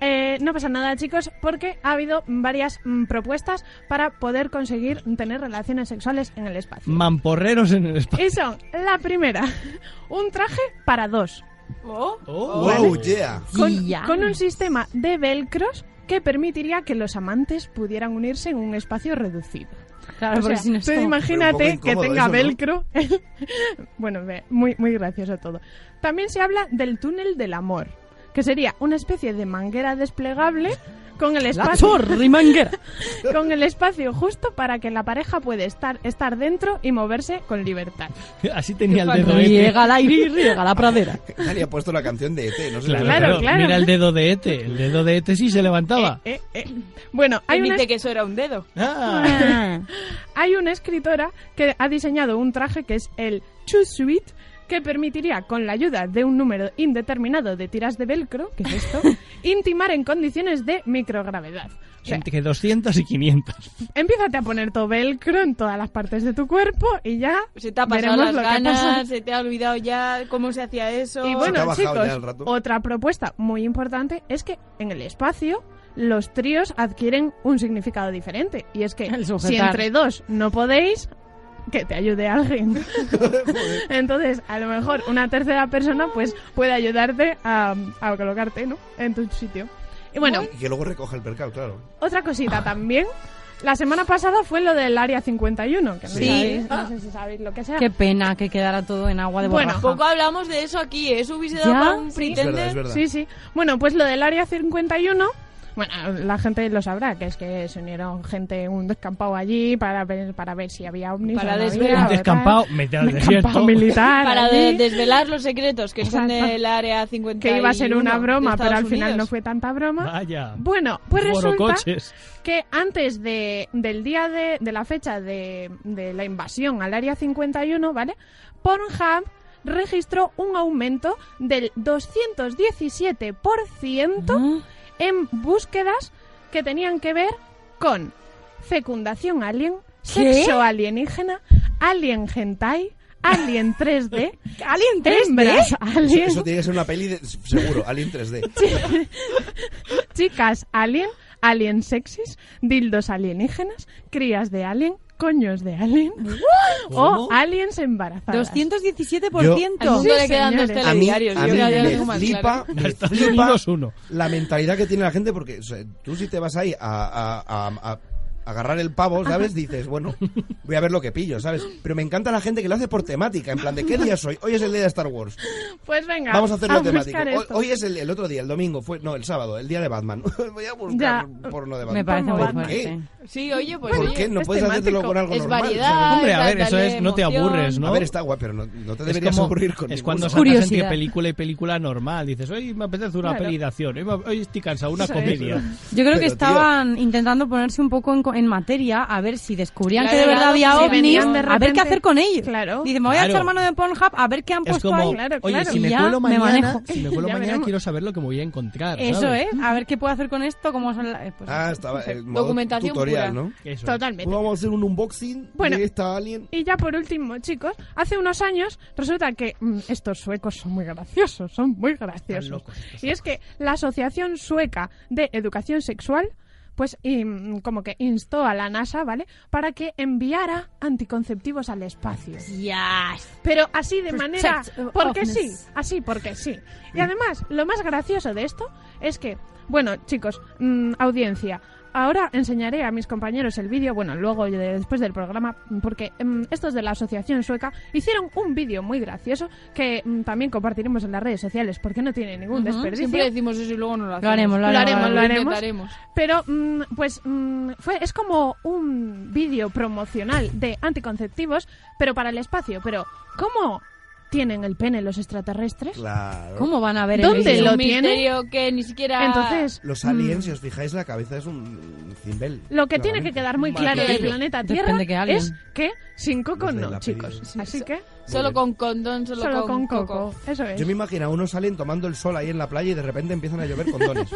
Eh, no pasa nada, chicos, porque ha habido varias mm, propuestas para poder conseguir tener relaciones sexuales en el espacio. Mamporreros en el espacio. Y son, la primera, *laughs* un traje para dos. Oh. Wow, Oh, yeah. Con, Yeah. con un sistema de velcros que permitiría que los amantes pudieran unirse en un espacio reducido. Claro, O porque sea, si no es tú como- Pero imagínate un poco que incómodo tenga eso, ¿no? velcro. *laughs* bueno, ve- muy, muy gracioso todo. También se habla del túnel del amor, que sería una especie de manguera desplegable con el espacio chorri manguera. *laughs* con el espacio justo para que la pareja puede estar estar dentro y moverse con libertad. Así tenía el Cuando dedo. este. llega al aire y riega la pradera. Nadie ha puesto la canción de ET, no sé Claro, si lo claro, sabéis. Mira el dedo de Ete. El dedo de Ete sí se levantaba. Eh, eh. Bueno, hay una Permite que eso era un dedo. Ah, Ah. Hay una escritora que ha diseñado un traje que es el Choo Suite que permitiría, con la ayuda de un número indeterminado de tiras de velcro, que es esto, intimar en condiciones de microgravedad. O sea, Entre 200 y 500. empiezate a poner tu velcro en todas las partes de tu cuerpo y ya *laughs* Se te ha pasado veremos lo las que pasa. ganas, se te ha olvidado ya cómo se hacía eso. Y Se te ha bueno, bajado ya el chicos, rato. otra propuesta muy importante es que en el espacio los tríos adquieren un significado diferente. Y es que El sujetar. si entre dos no podéis, que te ayude alguien. *laughs* *laughs* Entonces, a lo mejor una tercera persona pues puede ayudarte a, a colocarte ¿no? en tu sitio. Y bueno, Y que luego recoja el percal, claro. otra cosita también. La semana pasada fue lo del Área 51. Que no Sí. sabéis- Ah. no sé si sabéis lo que sea. Qué pena que quedara todo en agua de Bueno, borraja. Poco hablamos de eso aquí, ¿eh? eso hubiese dado ¿Ya? para un Sí. pretender. Sí, sí. Bueno, pues lo del área 51. Bueno, la gente lo sabrá, que es que se unieron gente, un descampado allí para ver, para ver si había ovnis. Para o no desvelar. había, Un descampado, ¿verdad? metido al Un desierto. descampado militar. Para allí, de- desvelar los secretos que son Exacto. del área 51. que iba a ser una broma, de pero al Estados final no Unidos. fue tanta broma. Vaya. Bueno, pues resulta *laughs* Forocoches. que antes de, del día de, de la fecha de, de la invasión al Área 51, ¿vale? Pornhub registró un aumento del 217% en búsquedas que tenían que ver con fecundación alien, sexo alienígena, alien hentai, alien *laughs* 3D, alien hembras Eso, alien, eso tiene que ser una peli de, seguro, *laughs* Alien 3D. Chicas alien, alien sexys, dildos alienígenas, crías de alien, coños de alien ¿Cómo? o aliens embarazadas. 217%. Yo- Al mundo le quedan dos A mí, Diarios, a yo mí ya- ya lo me tengo más flipa, claro. *laughs* me Estados flipa Unidos uno. la mentalidad que tiene la gente, porque o sea, tú si te vas ahí a, a- a- a agarrar el pavo, ¿sabes? Dices, bueno, voy a ver lo que pillo, ¿sabes? Pero me encanta la gente que lo hace por temática, en plan, ¿de qué día soy? Hoy es el día de Star Wars. Pues venga, Vamos a hacerlo buscar temático. Hoy, esto. hoy es el, el otro día, el domingo, fue no, el sábado, el día de Batman. *laughs* Voy a Ya. buscar porno de Batman. Me parece muy ¿Por fuerte. qué? Sí, oye, pues ¿Por oye, qué no es puedes hacértelo temático. con algo Es normal? variedad, ¿sabes? Hombre, a es ver, eso darle es, no te emoción. aburres, ¿no? A ver, está guay, pero no, no te Es deberías como- aburrir con Es ningún cuando sabor. sacas entre película y película normal. Dices, hoy me apetece una Claro. peli de acción, hoy, me- hoy estoy cansado, una Sí. comedia. Yo creo que estaban intentando ponerse un poco en, co- en materia a ver si descubrían Claro, que de verdad claro, había si ovnis, venían de a ver qué repente. hacer con ellos. Claro. Dicen, me voy a Claro. echar mano de Pornhub a ver qué han Es puesto como, ahí. oye, si Y me ya cuelo mañana, manejo. *laughs* si *laughs* me cuelo Ya mañana veremos. quiero saber lo que me voy a encontrar. Eso ¿sabes? es, a ver qué puedo hacer con esto, cómo son la- eh, pues Ah, eso. estaba el modo Documentación tutorial, pura. ¿no? Eso. Totalmente. Vamos a hacer un unboxing Bueno. de esta alien. Y ya por último, chicos, hace unos años resulta que mm, estos suecos son muy graciosos, son muy graciosos. locos y es que la Asociación Sueca de Educación Sexual pues y, mm, como que instó a la NASA, ¿vale? Para que enviara anticonceptivos al espacio. Pero así de manera... Protect Porque offness. sí, así porque sí. Y además, lo más gracioso de esto es que, bueno, chicos, mm, audiencia, ahora enseñaré a mis compañeros el vídeo, bueno, luego de- después del programa, porque mm, estos de la Asociación Sueca hicieron un vídeo muy gracioso que mm, también compartiremos en las redes sociales porque no tiene ningún Ujú, desperdicio. Siempre decimos eso y luego no lo hacemos. haremos, lo haremos, lo haremos. intentaremos. Pero, mm, pues, mm, fue, es como un vídeo promocional de anticonceptivos, pero para el espacio. Pero, ¿cómo tienen el pene los extraterrestres? Claro. ¿Cómo van a ver el ¿Dónde Es lo un tienen? misterio que ni siquiera... Entonces, mm, Los aliens, si os fijáis, la cabeza es un cimbel. Lo que tiene que quedar muy claro del planeta Depende Tierra que alguien. es que sin coco Desde no, la chicos. película. Así que... Solo con condón, solo, Solo con, con coco. Eso es. Yo me imagino a unos salen tomando el sol ahí en la playa y de repente empiezan a llover *laughs* condones.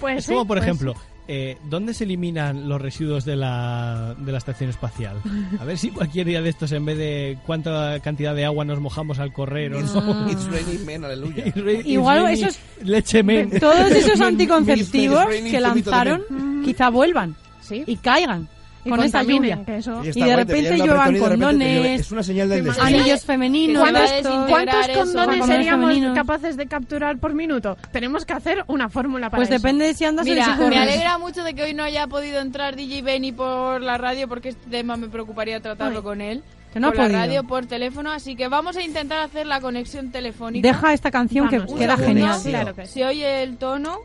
Pues es como, sí, por pues ejemplo, eh, ¿dónde se eliminan los residuos de la, de la estación espacial? A ver si cualquier día de estos, en vez de cuánta cantidad de agua nos mojamos al correr o *laughs* no. It's raining men, aleluya. Igual esos- Leche *laughs* men. Todos esos Men- anticonceptivos men- que lanzaron quizá vuelvan y caigan Y con esta contaminen, lluvia. que eso- Y, de repente llevan condones, Es una señal del destino. anillos femeninos, ¿Cuántos, de estos- cuántos condones Condones seríamos femeninos. capaces de capturar por minuto? Tenemos que hacer una fórmula para Pues eso. depende de si andas o Mira, si corres. me alegra mucho de que hoy no haya podido entrar DJ Benny por la radio porque este tema me preocuparía tratarlo Ay, con él. que no ha por la podido. radio, por teléfono, así que vamos a intentar hacer la conexión telefónica. Deja esta canción que Un queda segundo, genial. Pues Claro Se oye el tono.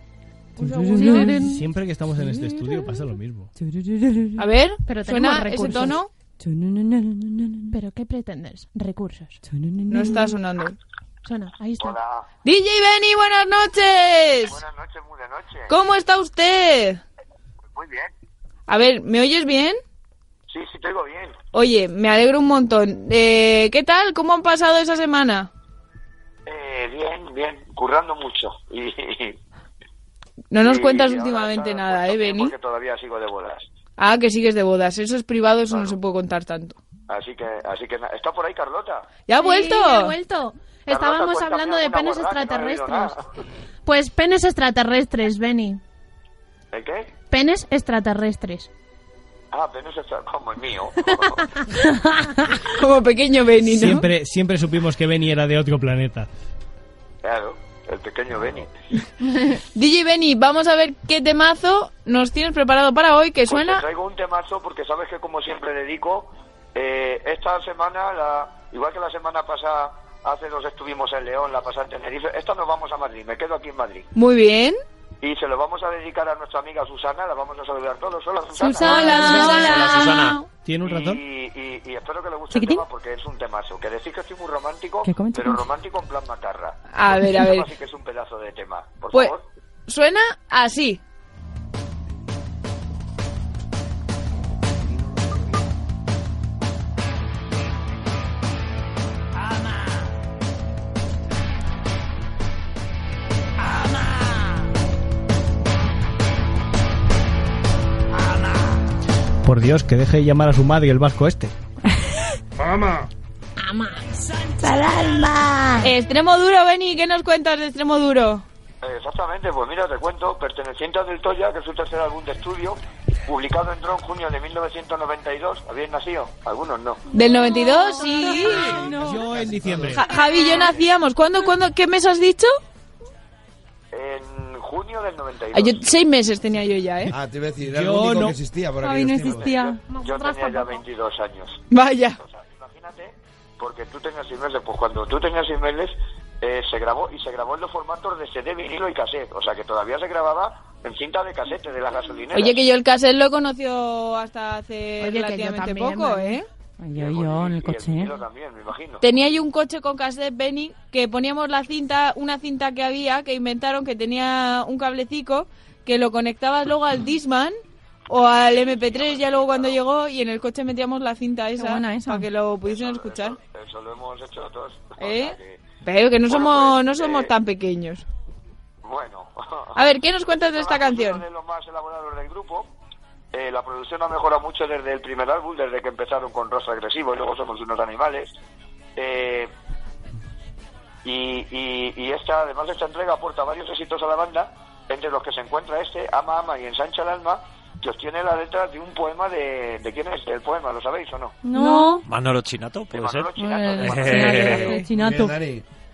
Un segundo. Siempre que estamos en este estudio pasa lo mismo. A ver, Pero suena tenemos ese recursos. tono. ¿Pero qué pretendes? Recursos. No Ah. está sonando. Suena, ahí está. DJ Benny, buenas noches. Buenas noches, muy de noche. ¿Cómo está usted? Muy bien. A ver, ¿me oyes bien? Sí, sí, te oigo bien. Oye, me alegro un montón. Eh, ¿Qué tal? ¿Cómo han pasado esa semana? Eh, bien, bien. Currando mucho. Y, No nos y cuentas ahora últimamente está nada, puesto ¿eh, bien Benny? Porque todavía sigo de bodas. Ah, que sigues de bodas. Eso es privado, eso no se puede contar tanto. Así que, así que, na- ¿está por ahí Carlota? ¿Ya ha vuelto? ha vuelto. Carlota, Estábamos cuéntame hablando de alguna penes guarrada, que no he oído extraterrestres. Pues penes extraterrestres, Benny. nada. ¿El qué? Penes extraterrestres. Ah, pero eso está como el *laughs* mío. Como pequeño Benny, ¿no? Siempre, siempre supimos que Benny era de otro planeta. claro, el pequeño Benny. DJ Benny, vamos a ver qué temazo nos tienes preparado para hoy, que Pues te suena... traigo un temazo porque sabes que como siempre dedico, eh, esta semana, la, igual que la semana pasada, hace dos estuvimos en León, la pasada en Tenerife, esta nos vamos a Madrid, me quedo aquí en Madrid. Muy bien. Y se lo vamos a dedicar a nuestra amiga Susana, la vamos a saludar todos. Hola Susana. ¿Tiene un ratón? Y, y- y espero que le guste el tema porque es un temazo. Que decís que estoy muy romántico, ¿Qué comen, pero chicos? romántico en plan macarra. A Porque ver, este a ver. tema sí que es un pedazo de tema. Por Pues favor. suena así. Por Dios, que deje de llamar a su madre el vasco este. ¡Mama! Extremo duro, Benny, ¿qué nos cuentas de Extremo duro? Exactamente, pues mira, te cuento, perteneciente a Del Toya, que es su tercer álbum de estudio, publicado en Tron junio de 1992. ¿Habéis nacido? Algunos no. ¿Del 92? oh, Sí. Yo en diciembre. Ja- Javi y yo nacíamos. ¿Cuándo, cuándo, qué mes has dicho? En junio del 92. Ah, yo- seis meses tenía yo ya, *laughs* ¿eh? Ah, te iba a decir, era Yo lo único no. que existía por Ay, aquellos no tiempos. existía. Yo tenía ya 22 años. Vaya. Porque tú tenías seis meses, pues cuando tú tenías seis meses, eh, se grabó y se grabó en los formatos de CD, vinilo y cassette. O sea que todavía se grababa en cinta de cassette de la gasolinera. Oye, que yo el cassette lo he conocido hasta hace Oye, que yo relativamente también, poco, ¿eh? ¿eh? Yo, yo, en el coche. Yo también, me imagino. Tenía yo un coche con cassette Benny que poníamos la cinta, una cinta que había, que inventaron, que tenía un cablecico, que lo conectabas luego al Disman o al MP3, ya luego cuando llegó, y en el coche metíamos la cinta esa, para que lo pudiesen escuchar. Eso lo hemos hecho *laughs* todos. ¿Eh? Pero que no somos, no somos tan pequeños. pues, eh, Bueno. *laughs* A ver, ¿qué nos cuentas de esta canción? de los más elaborados del grupo. Eh, la producción ha mejorado mucho desde el primer álbum, desde que empezaron con Rosa Agresivo y luego Somos unos animales. Eh, y, y- y esta, además de esta entrega, aporta varios éxitos a la banda, entre los que se encuentra este, Ama, Ama y Ensancha el Alma, que obtiene la letra de un poema de... ¿De quién es el poema? ¿Lo sabéis o no? No. Manolo Chinato, puede ser. Chinato, Chinato.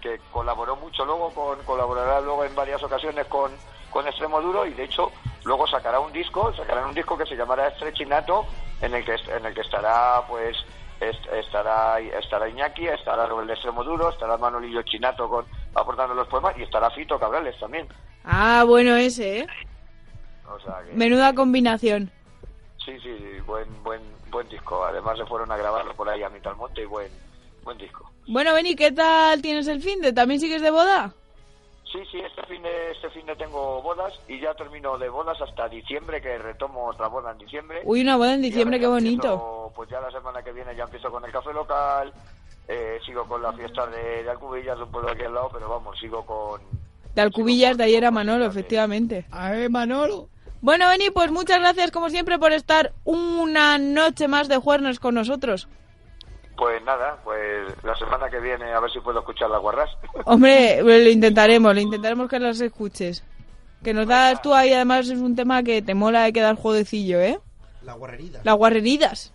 que colaboró mucho luego con colaborará luego en varias ocasiones con, con Extremo Duro y de hecho Luego sacará un disco, sacarán un disco que se llamará Estrechinato, en el que est- en el que estará pues est- estará estará Iñaki, estará Rubén de Extremoduro, estará Manolillo Chinato con aportando los poemas y estará Fito Cabrales también. Ah, bueno ese, ¿eh? O sea que- Menuda combinación. Sí, sí, sí, buen buen buen disco. Además se fueron a grabarlo por ahí a mitad del monte y buen buen disco. Bueno, Beni, ¿qué tal tienes el fin de? ¿También sigues de boda? Sí, sí, este fin de este fin de tengo bodas y ya termino de bodas hasta diciembre que retomo otra boda en diciembre. Uy, una boda en Y diciembre, ahora qué ya bonito. empiezo, pues ya la semana que viene ya empiezo con el café local, eh, sigo con la fiesta de, de Alcubillas, un pueblo aquí al lado, pero vamos, sigo con... De Alcubillas de ayer a Manolo, efectivamente. ¡Ae, Manolo! Bueno, Beni, pues muchas gracias como siempre por estar una noche más de juernos con nosotros. Pues nada, pues la semana que viene a ver si puedo escuchar las guarras. Hombre, pues lo intentaremos, lo intentaremos que las escuches. Que nos das tú ahí, además es un tema que te mola de quedar jueguecillo, ¿eh? La guarrerida. Las guarreridas.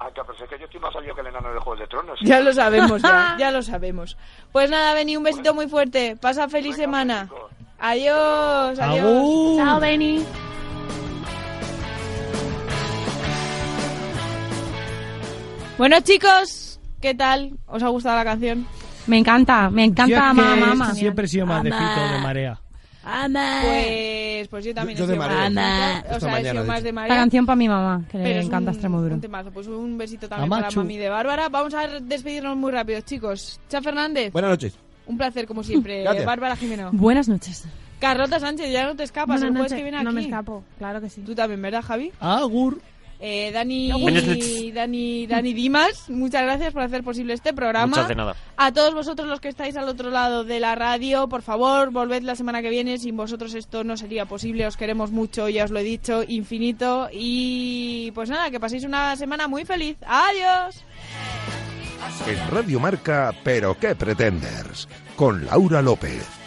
Ah, que, pero es que yo estoy más salido que el enano de Juego de Tronos. ¿sí? Ya lo sabemos, *laughs* *laughs* ya, ya lo sabemos. Pues nada, Beni, un besito muy fuerte. Pasa feliz semana. Adiós, adiós. Agur. Chao, Beni. Bueno, chicos, ¿qué tal? ¿Os ha gustado la canción? Me encanta, me encanta Yo es mamá, que mamá. Siempre he sido más de Mamá. Fito de marea. Pues, pues yo también Yo- he yo de sido María. más de Ana. María. O Esta sea, he mañana, sido de más hecho. de María. Esta canción para mi mamá, que Pero le es encanta un- Extremoduro. un temazo. Pues un besito también para Amachu. mami de Bárbara. Vamos a despedirnos muy rápido, chicos. Cha Fernández. Buenas noches. Un placer, como siempre. *laughs* Gracias. Bárbara Jimeno. Buenas noches. Carlota Sánchez, ya no te escapas. Buenas el jueves noches. que viene No me aquí. escapo, claro que sí. Tú también, ¿verdad, Javi? Agur. Eh, Dani, Buenas noches. Dani, Dani Dimas, muchas gracias por hacer posible este programa. Muchas de nada. A todos vosotros los que estáis al otro lado de la radio, por favor, volved la semana que viene. Sin vosotros esto no sería posible. Os queremos mucho, ya os lo he dicho, infinito. Y pues nada, que paséis una semana muy feliz. Adiós. En Radio Marca, Pero qué pretenders, con Laura López.